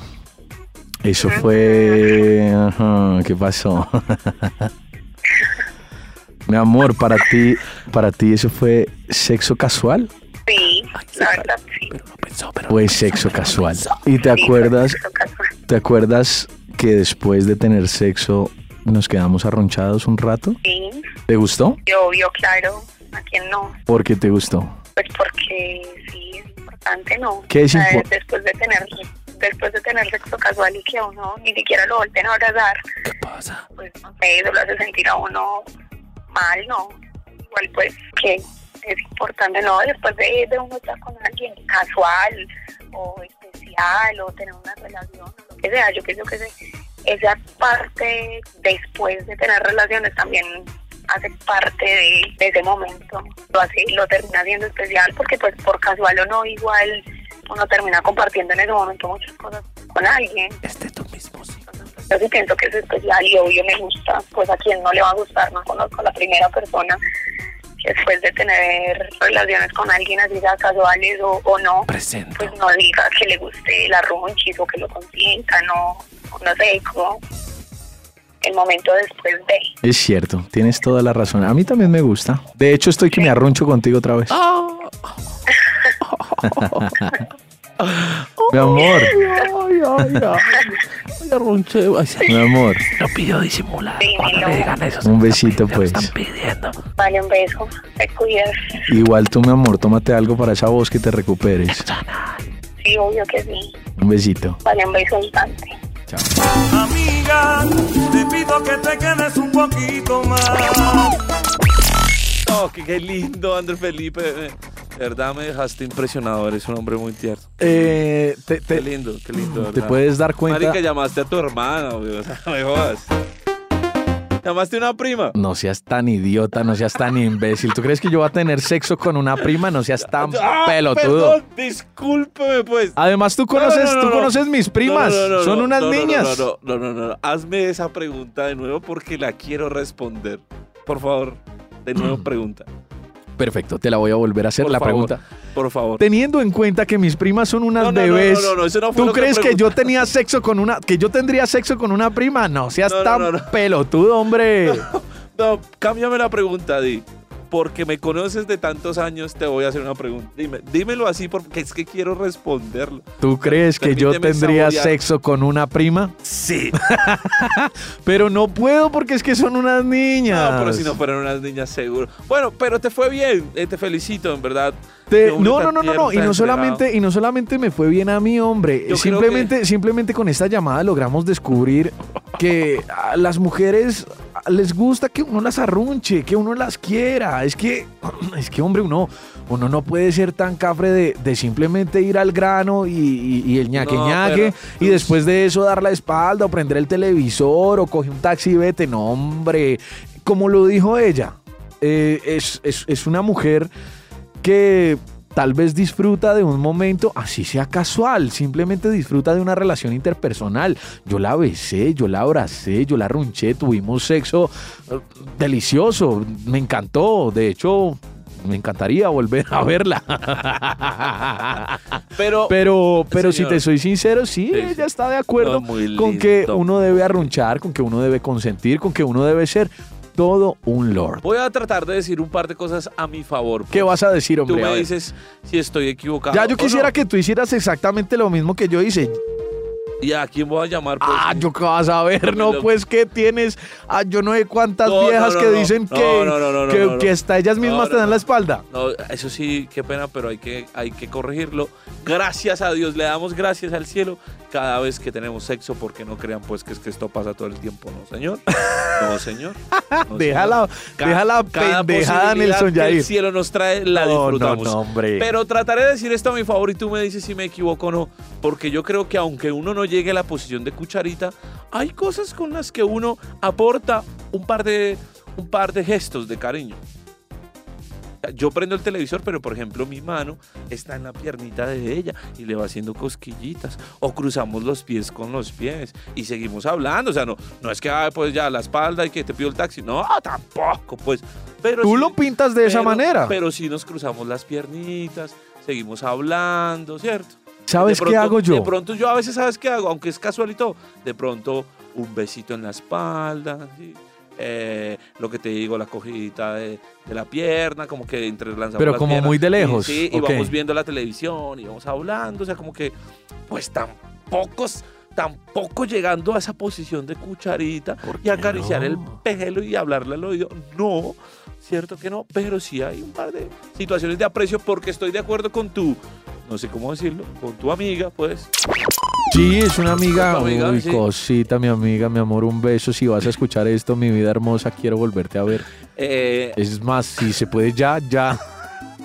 Speaker 3: eso fue... ajá, ¿Qué pasó? mi amor, para ti, para ti eso fue sexo casual.
Speaker 9: Sí, la verdad, sí.
Speaker 3: Fue sexo casual. ¿Y te acuerdas? ¿Te acuerdas que después de tener sexo nos quedamos arronchados un rato?
Speaker 9: Sí.
Speaker 3: ¿Te gustó?
Speaker 9: Y obvio, claro. ¿A quién no?
Speaker 3: ¿Por qué te gustó?
Speaker 9: Pues porque sí, es importante, ¿no?
Speaker 3: ¿Qué es
Speaker 9: A ver,
Speaker 3: impor-
Speaker 9: Después de tener después de tener sexo casual y que a uno ni siquiera lo volteen a abrazar. ¿Qué pasa? Pues no sé, eso lo hace sentir a uno mal, ¿no? Igual pues que es importante, ¿no? Después de, de uno estar con alguien casual o especial o tener una relación o lo que sea, yo pienso que ese- esa parte después de tener relaciones también hace parte de, de ese momento. Lo hace, lo termina siendo especial porque pues por casual o no igual uno termina compartiendo en ese momento muchas cosas con alguien. Este tú mismo sí. Yo sí siento que es especial y obvio me gusta, pues a quien no le va a gustar, no conozco a la primera persona que después de tener relaciones con alguien así sea casuales o, o no, pues no diga que le guste la runchis o que lo consienta, no, no sé, como el momento después de.
Speaker 3: Es cierto, tienes toda la razón. A mí también me gusta. De hecho, estoy que me arruncho contigo otra vez. Mi amor,
Speaker 2: Ay, ay, ay. Ay, arrunché. Ay, sí.
Speaker 3: mi amor,
Speaker 2: No pido
Speaker 9: Ah,
Speaker 2: disimular cuando me digan eso.
Speaker 3: un besito pues.
Speaker 9: Vale, un beso, te cuidas.
Speaker 3: Igual tú, mi amor, tómate algo para esa voz que te recuperes.
Speaker 9: Sí, obvio que sí.
Speaker 3: Un besito.
Speaker 9: Vale, un beso instante.
Speaker 5: Amiga, te pido que te quedes un poquito más.
Speaker 2: Oh, qué, qué lindo, Andrés Felipe. eh, De verdad me dejaste impresionado. Eres un hombre muy tierno.
Speaker 3: Eh, te, te-
Speaker 2: qué lindo, qué lindo. de
Speaker 3: te
Speaker 2: verdad.
Speaker 3: puedes dar cuenta-
Speaker 2: Marica, llamaste a tu hermana, güey, O sea, me jodas. Llamaste a una prima.
Speaker 3: No seas tan idiota, no seas tan imbécil. ¿Tú crees que yo voy a tener sexo con una prima? No seas tan
Speaker 2: Ah,
Speaker 3: pelotudo.
Speaker 2: Perdón, discúlpeme, pues.
Speaker 3: Además, tú
Speaker 2: No, no,
Speaker 3: conoces,
Speaker 2: no, no,
Speaker 3: tú
Speaker 2: no.
Speaker 3: conoces mis primas.
Speaker 2: No, no, no, no,
Speaker 3: Son
Speaker 2: no,
Speaker 3: unas
Speaker 2: no, no,
Speaker 3: niñas.
Speaker 2: No no, no, no, no. Hazme esa pregunta de nuevo porque la quiero responder. Por favor, de
Speaker 3: Mm.
Speaker 2: nuevo pregunta.
Speaker 3: Perfecto, te la voy a volver a hacer
Speaker 2: Por
Speaker 3: la
Speaker 2: favor,
Speaker 3: pregunta.
Speaker 2: Por favor.
Speaker 3: Teniendo en cuenta que mis primas son unas
Speaker 2: No, no, no,
Speaker 3: bebés,
Speaker 2: no, no, no, eso no fue
Speaker 3: ¿tú
Speaker 2: lo que
Speaker 3: crees que,
Speaker 2: pregunté.
Speaker 3: yo tenía sexo con una, que yo tendría sexo con una prima? No seas
Speaker 2: No, no,
Speaker 3: tan
Speaker 2: no, no.
Speaker 3: pelotudo, hombre.
Speaker 2: No, cámbiame la pregunta, Di. Porque me conoces de tantos años, te voy a hacer una pregunta. Dime, dímelo así porque es que quiero responderlo.
Speaker 3: ¿Tú crees que yo
Speaker 2: Permíteme
Speaker 3: tendría
Speaker 2: saborear.
Speaker 3: sexo con una prima?
Speaker 2: Sí.
Speaker 3: Pero no puedo porque es que son unas niñas.
Speaker 2: No, pero si no fueran unas niñas, seguro. Bueno, pero te fue bien. eh, te felicito, en verdad.
Speaker 3: Te-
Speaker 2: Qué
Speaker 3: no,
Speaker 2: bonita
Speaker 3: no, no, no, no.
Speaker 2: tierra,
Speaker 3: Y no
Speaker 2: tan
Speaker 3: solamente, y no solamente me fue bien a mí, hombre.
Speaker 2: Yo creo
Speaker 3: simplemente, simplemente con esta llamada logramos descubrir que a las mujeres les gusta que uno las arrunche, que uno las quiera. Es que, es que, hombre, uno, uno no puede ser tan cafre de, de simplemente ir al grano y, y- y el ñaque
Speaker 2: No, pero-
Speaker 3: ñaque, y después de eso dar la espalda o prender el televisor o coge un taxi y vete. No, hombre. Como lo dijo ella, eh, es, es- es una mujer que tal vez disfruta de un momento, así sea casual, simplemente disfruta de una relación interpersonal. Yo la besé, yo la abracé, yo la runché, tuvimos sexo eh, delicioso, me encantó, de hecho... Me encantaría volver a verla.
Speaker 2: Pero,
Speaker 3: pero, pero si
Speaker 2: señor.
Speaker 3: te soy sincero, sí,
Speaker 2: Sí,
Speaker 3: ella está de acuerdo
Speaker 2: No, muy
Speaker 3: con que
Speaker 2: lindo.
Speaker 3: uno debe arrunchar, con que uno debe consentir, con que uno debe ser todo un lord.
Speaker 2: Voy a tratar de decir un par de cosas a mi favor.
Speaker 3: ¿Qué vas a decir, hombre?
Speaker 2: Tú
Speaker 3: A
Speaker 2: me
Speaker 3: ver.
Speaker 2: dices si estoy equivocado.
Speaker 3: ya yo
Speaker 2: o
Speaker 3: quisiera
Speaker 2: no. Pues
Speaker 3: que tú hicieras exactamente lo mismo que yo hice.
Speaker 2: ¿Y a quién voy a llamar? Pues?
Speaker 3: Ah, yo qué vas a ver,
Speaker 2: Dámelo.
Speaker 3: no, pues que tienes, ah, yo no sé cuántas
Speaker 2: No, no,
Speaker 3: viejas
Speaker 2: no,
Speaker 3: que
Speaker 2: no.
Speaker 3: dicen
Speaker 2: No,
Speaker 3: que,
Speaker 2: no, no, no, no,
Speaker 3: que,
Speaker 2: no, no.
Speaker 3: que hasta ellas mismas
Speaker 2: No,
Speaker 3: te
Speaker 2: no,
Speaker 3: dan la espalda.
Speaker 2: No, eso sí, qué pena, pero hay que, hay que corregirlo. Gracias a Dios, le damos gracias al cielo cada vez que tenemos sexo, porque no crean pues que es que esto pasa todo el tiempo, ¿no, señor? No, señor. No,
Speaker 3: Déjala,
Speaker 2: Ca-
Speaker 3: déjala
Speaker 2: cada
Speaker 3: pendejada,
Speaker 2: posibilidad
Speaker 3: Nelson
Speaker 2: que
Speaker 3: Yair.
Speaker 2: el cielo nos trae, la
Speaker 3: No, no,
Speaker 2: disfrutamos.
Speaker 3: no, hombre.
Speaker 2: Pero trataré de decir esto a mi favor y tú me dices si me equivoco o no, porque yo creo que aunque uno no llegue a la posición de cucharita, hay cosas con las que uno aporta un par de, un par de gestos de cariño. Yo prendo el televisor, pero por ejemplo mi mano está en la piernita de ella y le va haciendo cosquillitas. O cruzamos los pies con los pies y seguimos hablando. O sea, no, no es que ah, pues ya la espalda y que te pido el taxi. No, tampoco, pues. Pero
Speaker 3: Tú
Speaker 2: sí-
Speaker 3: lo pintas de esa
Speaker 2: pero-
Speaker 3: manera.
Speaker 2: Pero si nos cruzamos las piernitas, seguimos hablando, ¿cierto?
Speaker 3: ¿Sabes
Speaker 2: De
Speaker 3: qué
Speaker 2: pronto-
Speaker 3: hago yo?
Speaker 2: De pronto yo a veces, ¿sabes qué hago? Aunque es casual y todo, de pronto un besito en la espalda, ¿sí? Eh, lo que te digo, la cogidita de, de la pierna, como que entrelazamos
Speaker 3: Pero
Speaker 2: las
Speaker 3: como
Speaker 2: piernas,
Speaker 3: muy de
Speaker 2: y
Speaker 3: lejos,
Speaker 2: Sí, y
Speaker 3: ok.
Speaker 2: vamos viendo la televisión y vamos hablando, o sea, como que, pues tampoco, s- tampoco llegando a esa posición de cucharita y acariciar el pelo y hablarle al oído, no, cierto que no, pero sí hay un par de situaciones de aprecio porque estoy de acuerdo con tu, no sé cómo decirlo, con tu amiga, pues.
Speaker 3: Sí, es una amiga.
Speaker 2: Otra amiga,
Speaker 3: Uy,
Speaker 2: sí.
Speaker 3: cosita, mi amiga, mi amor, un beso. Si vas a escuchar esto, mi vida hermosa, quiero volverte a ver.
Speaker 2: Eh,
Speaker 3: Es más, si se puede ya, ya.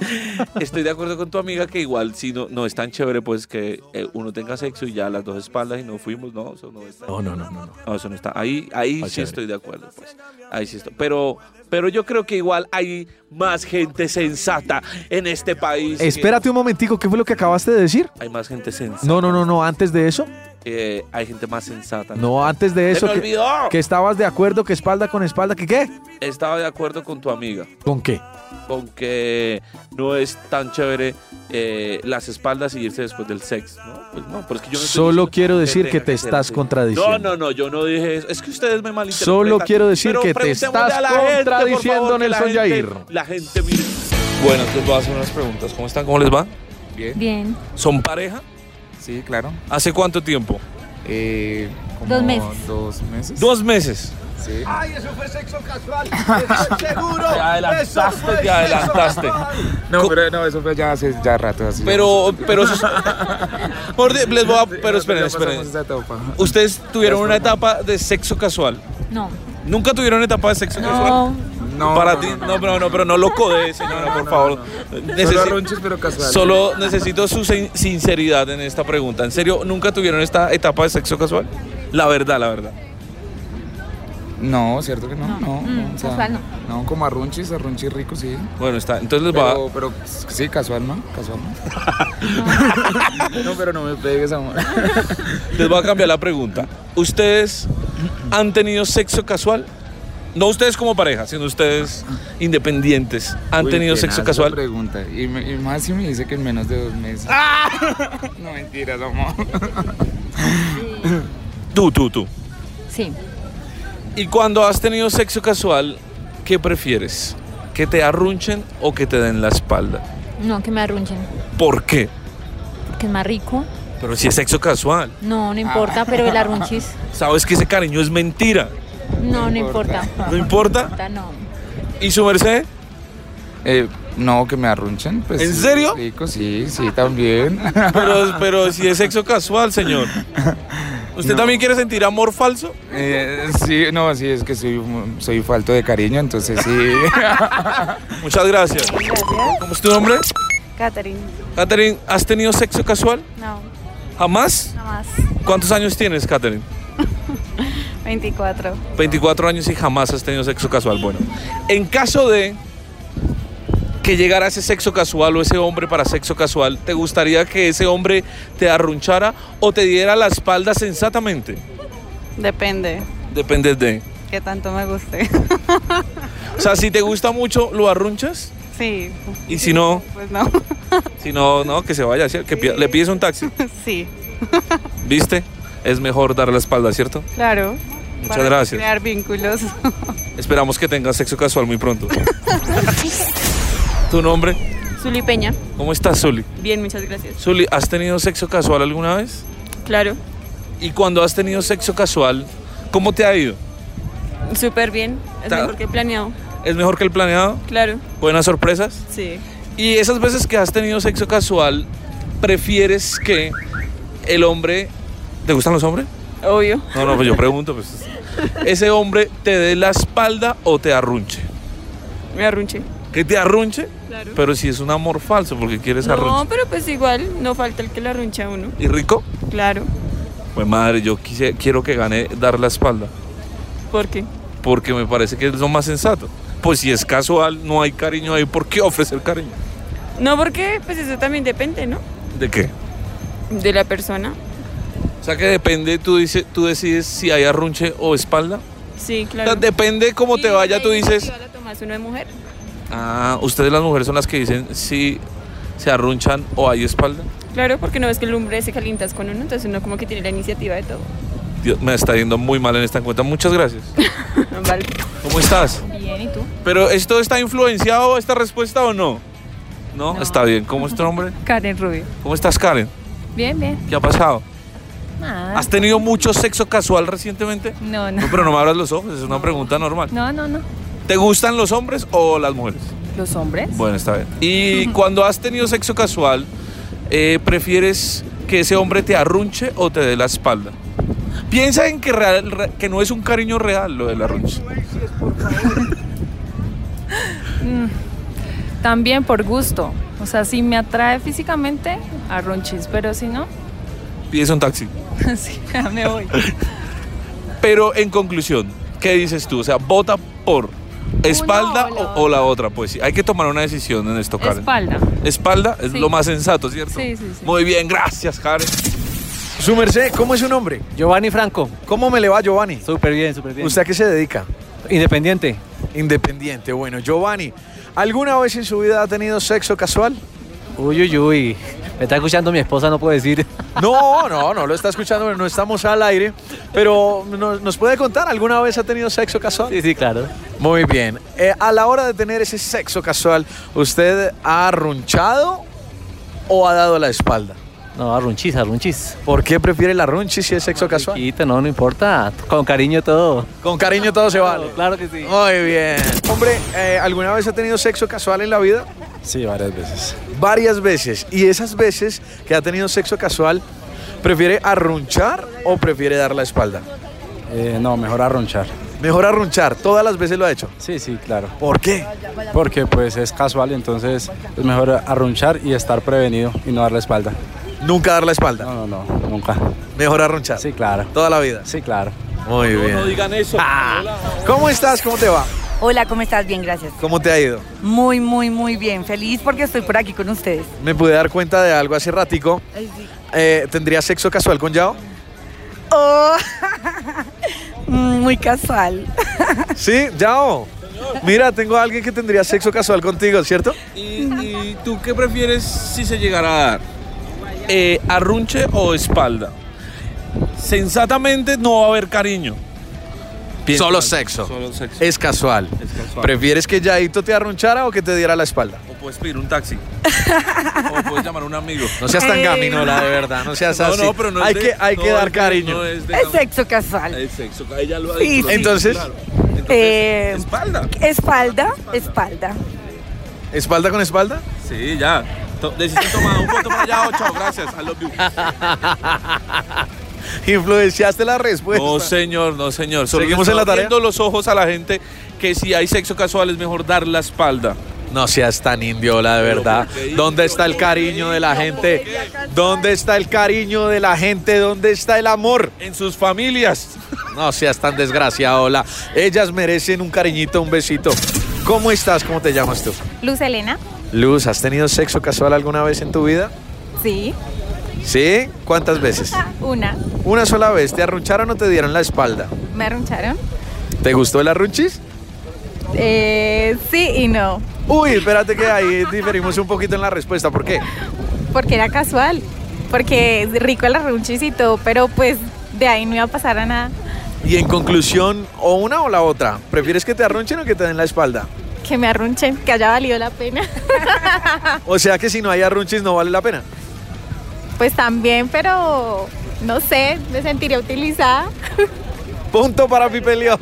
Speaker 2: Eh, Estoy de acuerdo con tu amiga que igual si no, no es tan chévere pues que eh, uno tenga sexo y ya las dos espaldas y no fuimos, no, eso no está.
Speaker 3: No, no, no, no.
Speaker 2: No, eso no está. Ahí, ahí
Speaker 3: Ah,
Speaker 2: sí
Speaker 3: chévere.
Speaker 2: estoy de acuerdo, pues. Ahí sí estoy. Pero, pero yo creo que igual hay más gente sensata en este país. que-
Speaker 3: Espérate un momentico, ¿qué fue lo que acabaste de decir?
Speaker 2: Hay más gente sensata.
Speaker 3: No, no, no, no, antes de eso,
Speaker 2: eh, hay gente más sensata.
Speaker 3: No, antes de
Speaker 2: ¡Se
Speaker 3: eso.
Speaker 2: me
Speaker 3: Que,
Speaker 2: olvidó!
Speaker 3: que estabas de acuerdo que espalda con espalda, que qué?
Speaker 2: Estaba de acuerdo con tu amiga,
Speaker 3: ¿Con qué?
Speaker 2: con que no es tan chévere eh, las espaldas y irse después del sexo. ¿no? Pues no, pero es que yo no estoy
Speaker 3: Solo
Speaker 2: diciendo
Speaker 3: quiero decir
Speaker 2: tenga
Speaker 3: que te
Speaker 2: ser
Speaker 3: estás
Speaker 2: así.
Speaker 3: contradiciendo.
Speaker 2: No, no, no, yo no dije eso. Es que ustedes me malinterpretan.
Speaker 3: Solo quiero decir
Speaker 2: Pero
Speaker 3: que te
Speaker 2: preguntémosle
Speaker 3: estás
Speaker 2: a la gente, por
Speaker 3: contradiciendo,
Speaker 2: favor, que la
Speaker 3: Nelson
Speaker 2: gente-
Speaker 3: Yair.
Speaker 2: La gente, mire. Bueno, entonces voy a hacer unas preguntas. ¿Cómo están? ¿Cómo les va?
Speaker 10: Bien.
Speaker 8: Bien.
Speaker 2: ¿Son pareja?
Speaker 10: Sí, claro.
Speaker 2: ¿Hace cuánto tiempo?
Speaker 10: como Dos meses.
Speaker 2: Dos meses. Dos meses.
Speaker 10: Sí.
Speaker 12: Ay, eso fue sexo casual.
Speaker 2: seguro. Te adelantaste, Eso fue te adelantaste.
Speaker 10: No, pero no, eso fue ya hace ya rato así.
Speaker 2: Pero, pero, eso es- Por de- les voy a- pero esperen,
Speaker 10: Ya pasamos
Speaker 2: esperen.
Speaker 10: esa etapa.
Speaker 2: Ustedes tuvieron una etapa de sexo casual.
Speaker 10: No.
Speaker 2: ¿Nunca tuvieron etapa de sexo casual? No. Para ti, no, pero no, pero no lo codes, señora, por favor. Necesi-
Speaker 10: Solo runches, pero casual.
Speaker 2: Solo necesito su sin- sinceridad en esta pregunta. ¿En serio nunca tuvieron esta etapa de sexo casual? La verdad, la verdad.
Speaker 10: No, cierto que no. No, no, o sea,
Speaker 13: casual no.
Speaker 10: no, como arrunchis, arrunchis rico, sí.
Speaker 2: Bueno, está. Entonces les va
Speaker 10: Pero, pero pues, sí, casual, ¿no? Casual, ¿no? no, pero no me pegues, amor.
Speaker 2: Les voy a cambiar la pregunta. ¿Ustedes han tenido sexo casual? No ustedes como pareja, sino ustedes independientes. ¿Han
Speaker 10: Uy,
Speaker 2: tenido
Speaker 10: qué
Speaker 2: sexo
Speaker 10: nada esa
Speaker 2: casual?
Speaker 10: pregunta. Y, me- y más si me dice que en menos de dos meses.
Speaker 2: ¡Ah!
Speaker 10: No mentiras, amor.
Speaker 2: Tú, tú, tú.
Speaker 13: Sí.
Speaker 2: Y cuando has tenido sexo casual, ¿qué prefieres? ¿Que te arrunchen o que te den la espalda?
Speaker 13: No, que me arrunchen.
Speaker 2: ¿Por qué?
Speaker 13: Porque es más rico.
Speaker 2: Pero si es sexo casual.
Speaker 13: No, no importa, pero el arrunchis.
Speaker 2: Sabes que ese cariño es mentira.
Speaker 13: No, no importa.
Speaker 2: ¿No importa?
Speaker 13: No.
Speaker 2: ¿Y su merced?
Speaker 10: Eh, no, que me arrunchen. Pues,
Speaker 2: ¿En
Speaker 10: sí,
Speaker 2: serio?
Speaker 10: rico, sí, sí, también.
Speaker 2: Pero, pero si es sexo casual, señor. ¿Usted
Speaker 10: No.
Speaker 2: también quiere sentir amor falso?
Speaker 10: Eh, sí, no, sí, es que soy, soy falto de cariño, entonces sí.
Speaker 2: Muchas gracias. ¿Cómo es tu nombre?
Speaker 14: Catherine,
Speaker 2: Catherine, ¿has tenido sexo casual?
Speaker 14: no,
Speaker 2: ¿Jamás?
Speaker 14: nada más.
Speaker 2: ¿Cuántos años tienes, Catherine?
Speaker 14: 24.
Speaker 2: 24 años y jamás has tenido sexo casual. Bueno, en caso de que llegara ese sexo casual o ese hombre para sexo casual, ¿te gustaría que ese hombre te arrunchara o te diera la espalda sensatamente?
Speaker 14: Depende
Speaker 2: Depende de.
Speaker 14: qué tanto me guste.
Speaker 2: O sea, si te gusta mucho, ¿lo arrunchas?
Speaker 14: Sí,
Speaker 2: Y si no,
Speaker 14: pues no.
Speaker 2: si no, no, que se vaya, ¿cierto? Que pi- le pides un taxi.
Speaker 14: Sí,
Speaker 2: ¿Viste? Es mejor dar la espalda, ¿cierto?
Speaker 14: claro.
Speaker 2: Muchas
Speaker 14: para
Speaker 2: gracias.
Speaker 14: Crear vínculos.
Speaker 2: Esperamos que tengas sexo casual muy pronto. ¿Tu nombre?
Speaker 15: Zuli Peña.
Speaker 2: ¿Cómo estás, Zuli?
Speaker 15: Bien, muchas gracias.
Speaker 2: Zuli, ¿has tenido sexo casual alguna vez?
Speaker 15: Claro,
Speaker 2: Y cuando has tenido sexo casual, ¿cómo te ha ido?
Speaker 15: súper bien. Es
Speaker 2: Ta-
Speaker 15: mejor que planeado.
Speaker 2: ¿Es mejor que el planeado?
Speaker 15: Claro,
Speaker 2: ¿Buenas sorpresas?
Speaker 15: sí.
Speaker 2: Y esas veces que has tenido sexo casual, ¿prefieres que el hombre... ¿Te gustan los hombres?
Speaker 15: Obvio.
Speaker 2: No, no, pues yo pregunto. Pues. ¿Ese hombre te dé la espalda o te arrunche?
Speaker 15: Me arrunché.
Speaker 2: ¿Que te arrunche?
Speaker 15: Claro.
Speaker 2: Pero si es un amor falso, porque quieres
Speaker 15: No,
Speaker 2: arrunche.
Speaker 15: pero pues igual no falta el que la arrunche a uno.
Speaker 2: ¿Y rico?
Speaker 15: Claro,
Speaker 2: Pues madre, yo quise- quiero que gane dar la espalda.
Speaker 15: porque
Speaker 2: porque me parece que es lo más sensato. Pues si es casual, no hay cariño ahí, ¿por qué ofrecer cariño?
Speaker 15: No, porque pues eso también depende, ¿no?
Speaker 2: ¿De qué?
Speaker 15: De la persona.
Speaker 2: O sea que depende, tú, dices, tú decides si hay arrunche o espalda.
Speaker 15: Sí,
Speaker 2: O
Speaker 15: claro.
Speaker 2: sea, depende cómo te vaya, tú dices,
Speaker 15: ¿La tomas uno de mujer?
Speaker 2: ah, ustedes las mujeres son las que dicen si se arrunchan o hay espalda.
Speaker 15: Claro, porque no es que el hombre se calientas con uno, entonces uno como que tiene la iniciativa de todo.
Speaker 2: Dios, me está yendo muy mal en esta encuesta. Muchas gracias.
Speaker 15: vale.
Speaker 2: ¿Cómo estás?
Speaker 15: Bien, ¿y tú?
Speaker 2: ¿Pero esto está influenciado esta respuesta o no? No, está bien. ¿Cómo es tu nombre?
Speaker 16: Karen Rubio.
Speaker 2: ¿Cómo estás, Karen?
Speaker 16: Bien, bien.
Speaker 2: ¿Qué ha pasado?
Speaker 16: Nada.
Speaker 2: ¿Has tenido mucho sexo casual recientemente?
Speaker 16: No,
Speaker 2: Ah, No,
Speaker 16: no.
Speaker 2: pero no me abras los ojos, es una pregunta normal.
Speaker 16: No, no, no.
Speaker 2: ¿Te gustan los hombres o las mujeres?
Speaker 16: ¿Los hombres?
Speaker 2: Bueno, está bien. Y cuando has tenido sexo casual, eh, ¿prefieres que ese hombre te arrunche o te dé la espalda? Piensa en que, real- re- que no es un cariño real lo del arrunche.
Speaker 16: Mm. También por gusto. O sea, si me atrae físicamente, a ronchis, pero si no,
Speaker 2: Pides un taxi.
Speaker 16: sí, me voy.
Speaker 2: Pero en conclusión, ¿qué dices tú? O sea, vota por espalda o, o la otra. Pues sí, hay que tomar una decisión en esto, Karen.
Speaker 16: Espalda.
Speaker 2: Espalda es
Speaker 16: Sí.
Speaker 2: lo más sensato, ¿cierto?
Speaker 16: Sí, sí, sí.
Speaker 2: Muy bien, gracias, Karen.
Speaker 3: Su merced, ¿cómo es su nombre?
Speaker 17: Giovanni Franco.
Speaker 3: ¿Cómo me le va, Giovanni?
Speaker 17: Súper bien, súper bien.
Speaker 3: ¿Usted a qué se dedica?
Speaker 17: Independiente.
Speaker 3: Independiente, bueno. Giovanni, ¿alguna vez en su vida ha tenido sexo casual?
Speaker 17: Uy, uy, uy. Me está escuchando mi esposa, no puedo decir.
Speaker 3: No, no, no lo está escuchando, no estamos al aire. Pero ¿nos, nos puede contar? ¿Alguna vez ha tenido sexo casual?
Speaker 17: Sí, sí, claro.
Speaker 3: Muy bien. Eh, a la hora de tener ese sexo casual, ¿usted ha arrunchado o ha dado la espalda?
Speaker 17: No, arrunchis, arrunchis.
Speaker 3: ¿Por qué prefiere la runchi si es sexo casual?
Speaker 17: No, no importa. Con cariño todo.
Speaker 3: Con cariño todo se vale.
Speaker 17: Claro que sí.
Speaker 3: Muy bien. Hombre, eh, ¿alguna vez ha tenido sexo casual en la vida?
Speaker 10: Sí, varias veces.
Speaker 3: Varias veces. ¿Y esas veces que ha tenido sexo casual, prefiere arrunchar o prefiere dar la espalda?
Speaker 10: Eh, no, mejor arronchar.
Speaker 3: Mejor arrunchar. ¿Todas las veces lo ha hecho?
Speaker 10: Sí, sí, claro.
Speaker 3: ¿Por qué?
Speaker 10: Porque pues es casual, entonces es mejor arrunchar y estar prevenido y no dar la espalda.
Speaker 3: Nunca dar la espalda.
Speaker 10: No, no, no, nunca.
Speaker 3: Mejor arrunchar.
Speaker 10: Sí, claro.
Speaker 3: Toda la vida.
Speaker 10: Sí, claro.
Speaker 3: Muy bien. Ah.
Speaker 2: digan eso.
Speaker 3: ¿Cómo estás? ¿Cómo te va?
Speaker 18: Hola, ¿cómo estás? Bien, gracias.
Speaker 3: ¿Cómo te ha ido?
Speaker 18: Muy, muy, muy bien. Feliz porque estoy por aquí con ustedes.
Speaker 3: Me pude dar cuenta de algo hace ratico. Eh, ¿Tendría sexo casual con Yao?
Speaker 18: Oh,
Speaker 8: Mm,
Speaker 18: muy casual.
Speaker 3: Sí, Yao. Mira, tengo a alguien que tendría sexo casual contigo, ¿cierto?
Speaker 2: ¿Y, y tú qué prefieres si se llegara a dar? Eh, ¿Arrunche o espalda? Sensatamente no va a haber cariño. Piensa
Speaker 3: Solo
Speaker 2: algo.
Speaker 3: sexo.
Speaker 2: Solo sexo.
Speaker 3: Es casual.
Speaker 2: Es casual.
Speaker 3: ¿Prefieres que Yaito te arrunchara o que te diera la espalda?
Speaker 2: O puedes pedir un taxi. o puedes llamar a un amigo.
Speaker 3: No seas tan
Speaker 18: Ey.
Speaker 3: gaminola, de verdad. No seas
Speaker 2: No,
Speaker 3: así.
Speaker 2: no, pero no es
Speaker 3: hay
Speaker 2: de-
Speaker 3: que, hay
Speaker 2: no
Speaker 3: que
Speaker 2: es
Speaker 3: dar
Speaker 2: de-
Speaker 3: cariño.
Speaker 2: no es de-
Speaker 18: Es sexo casual.
Speaker 2: Es sexo. Ella lo ha
Speaker 18: Sí,
Speaker 2: dicho,
Speaker 18: sí.
Speaker 3: Entonces-
Speaker 2: claro.
Speaker 18: Eh,
Speaker 2: espalda.
Speaker 18: Espalda, espalda.
Speaker 3: ¿Espalda con espalda?
Speaker 2: Sí, ya. To- Decisión tomada. Un punto para allá, ocho. Gracias. I love you.
Speaker 3: Influenciaste la respuesta.
Speaker 2: No, señor, no, señor. Solo
Speaker 3: Pues, Seguimos
Speaker 2: le
Speaker 3: en la
Speaker 2: estoy
Speaker 3: tarea.
Speaker 2: abriendo los ojos a la gente que si hay sexo casual es mejor dar la espalda.
Speaker 3: No seas tan indiola, de verdad. ¿Dónde está el cariño de la gente? ¿Dónde está el cariño de la gente? ¿Dónde está el amor?
Speaker 2: En sus familias.
Speaker 3: No seas tan desgraciado, hola. Ellas merecen un cariñito, un besito. ¿Cómo estás? ¿Cómo te llamas tú?
Speaker 8: Luz Elena,
Speaker 3: Luz, ¿has tenido sexo casual alguna vez en tu vida?
Speaker 8: sí,
Speaker 3: ¿Sí? ¿Cuántas veces?
Speaker 8: una.
Speaker 3: Una sola vez. ¿Te arruncharon o te dieron la espalda?
Speaker 8: ¿Me arruncharon?
Speaker 3: ¿Te gustó el arrunchis?
Speaker 8: Eh, sí y no,
Speaker 3: Uy, espérate que ahí diferimos un poquito en la respuesta. ¿Por qué?
Speaker 8: porque era casual, porque es rico el arrunchis y todo, pero pues de ahí no iba a pasar a nada
Speaker 3: Y en conclusión, o una o la otra. ¿Prefieres que te arrunchen o que te den la espalda?
Speaker 8: que me arrunchen, que haya valido la pena.
Speaker 3: O sea que si no hay arrunchis no vale la pena.
Speaker 8: Pues también, pero no sé, me sentiría utilizada.
Speaker 3: Punto para Pipelión.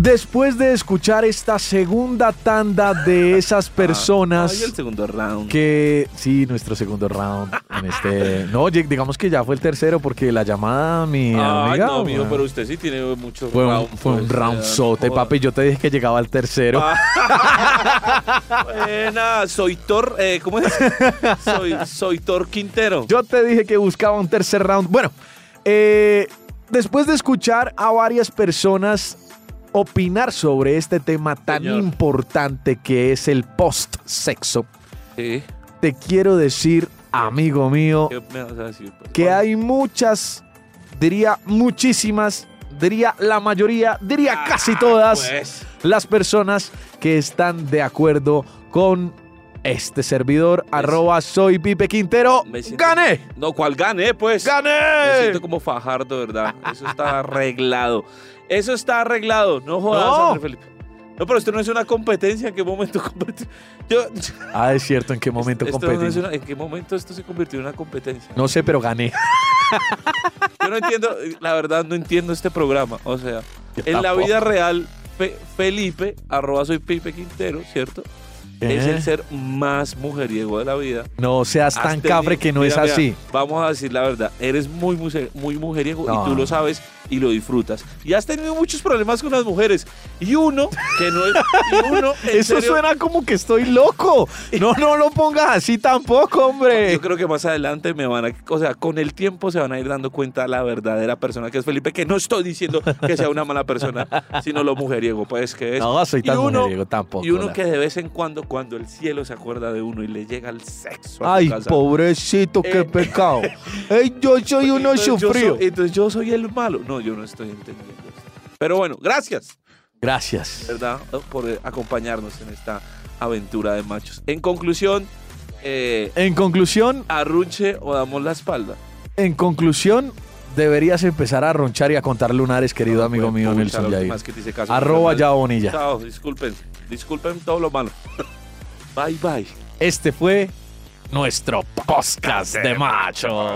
Speaker 3: Después de escuchar esta segunda tanda de esas
Speaker 2: Ah, Ay, el
Speaker 3: personas
Speaker 2: segundo round.
Speaker 3: que sí, nuestro segundo round en este, no, lleg- digamos que ya fue el tercero porque la llamada mi
Speaker 2: Ay,
Speaker 3: amiga
Speaker 2: no, mijo,
Speaker 3: bueno,
Speaker 2: pero usted sí tiene mucho
Speaker 3: fue un,
Speaker 2: round,
Speaker 3: fue un
Speaker 2: pues,
Speaker 3: roundzote,
Speaker 2: eh, Ah.
Speaker 3: papi, yo te dije que llegaba al tercero.
Speaker 2: Buena, soy Thor, eh, ¿cómo es? Soy, soy Thor Quintero.
Speaker 3: Yo te dije que buscaba un tercer round. Bueno, eh, después de escuchar a varias personas opinar sobre este tema tan
Speaker 2: Señor.
Speaker 3: importante que es el post-sexo,
Speaker 2: Sí.
Speaker 3: te quiero decir, amigo mío,
Speaker 2: ¿Qué me vas a decir? pues?
Speaker 3: que hay muchas, diría muchísimas, diría la mayoría, diría casi todas
Speaker 2: Ah, pues.
Speaker 3: las personas que están de acuerdo con este servidor, arroba soy Pipe Quintero.
Speaker 2: Pues. Me siento-
Speaker 3: ¡Gané!
Speaker 2: No, cual gané, pues. Me siento
Speaker 3: ¡Gané!
Speaker 2: como Fajardo, ¿verdad? Eso está arreglado. Eso está arreglado. No jodas,
Speaker 3: No.
Speaker 2: André Felipe. No, pero esto no es una competencia. ¿En qué momento competi- Yo,
Speaker 3: Ah, es cierto, ¿en qué momento
Speaker 2: esto no
Speaker 3: competí?
Speaker 2: es una- ¿En qué momento esto se convirtió en una competencia?
Speaker 3: No sé, pero gané.
Speaker 2: Yo no entiendo, la verdad, no entiendo este programa. O sea,
Speaker 3: Yo
Speaker 2: en la
Speaker 3: tampoco.
Speaker 2: vida real, Fe- Felipe, arroba soy Pipe Quintero, ¿cierto? Es
Speaker 3: ¿Eh?
Speaker 2: el ser más mujeriego de la vida.
Speaker 3: No seas
Speaker 2: Has
Speaker 3: tan
Speaker 2: tenido-
Speaker 3: cafre que no
Speaker 2: mira,
Speaker 3: es
Speaker 2: mira,
Speaker 3: así.
Speaker 2: vamos a decir la verdad, eres muy, muse- muy mujeriego
Speaker 3: No.
Speaker 2: y tú lo sabes y lo disfrutas. Y has tenido muchos problemas con las mujeres. Y uno, que no es... y uno, en
Speaker 3: Eso
Speaker 2: serio,
Speaker 3: suena como que estoy loco. No, no lo pongas así tampoco, hombre.
Speaker 2: Yo creo que más adelante me van a... O sea, con el tiempo se van a ir dando cuenta la verdadera persona que es Felipe, que no estoy diciendo que sea una mala persona, sino lo mujeriego, pues que es...
Speaker 3: No, soy
Speaker 2: Y
Speaker 3: tan
Speaker 2: uno-
Speaker 3: mujeriego tampoco.
Speaker 2: Y uno
Speaker 3: la-
Speaker 2: que de vez en cuando cuando el cielo se acuerda de uno y le llega el sexo. A tu
Speaker 3: Ay,
Speaker 2: casa.
Speaker 3: pobrecito, qué
Speaker 2: Eh.
Speaker 3: pecado. Ey, yo soy uno
Speaker 2: Entonces yo soy-
Speaker 3: sufrido.
Speaker 2: entonces yo soy el malo. No, yo no estoy entendiendo esto. Pero bueno, gracias.
Speaker 3: Gracias.
Speaker 2: ¿Verdad? Por eh, acompañarnos en esta aventura de machos. En conclusión, eh,
Speaker 3: En conclusión,
Speaker 2: arruche o damos la espalda.
Speaker 3: en conclusión, deberías empezar a ronchar y a contar lunares, querido amigo mío
Speaker 2: Pucha, la
Speaker 3: Nelson Yair.
Speaker 2: última vez que te hice caso.
Speaker 3: Arroba ya bonilla.
Speaker 2: Chao, disculpen. Disculpen todo lo malo. bye, bye.
Speaker 3: Este fue nuestro podcast de machos.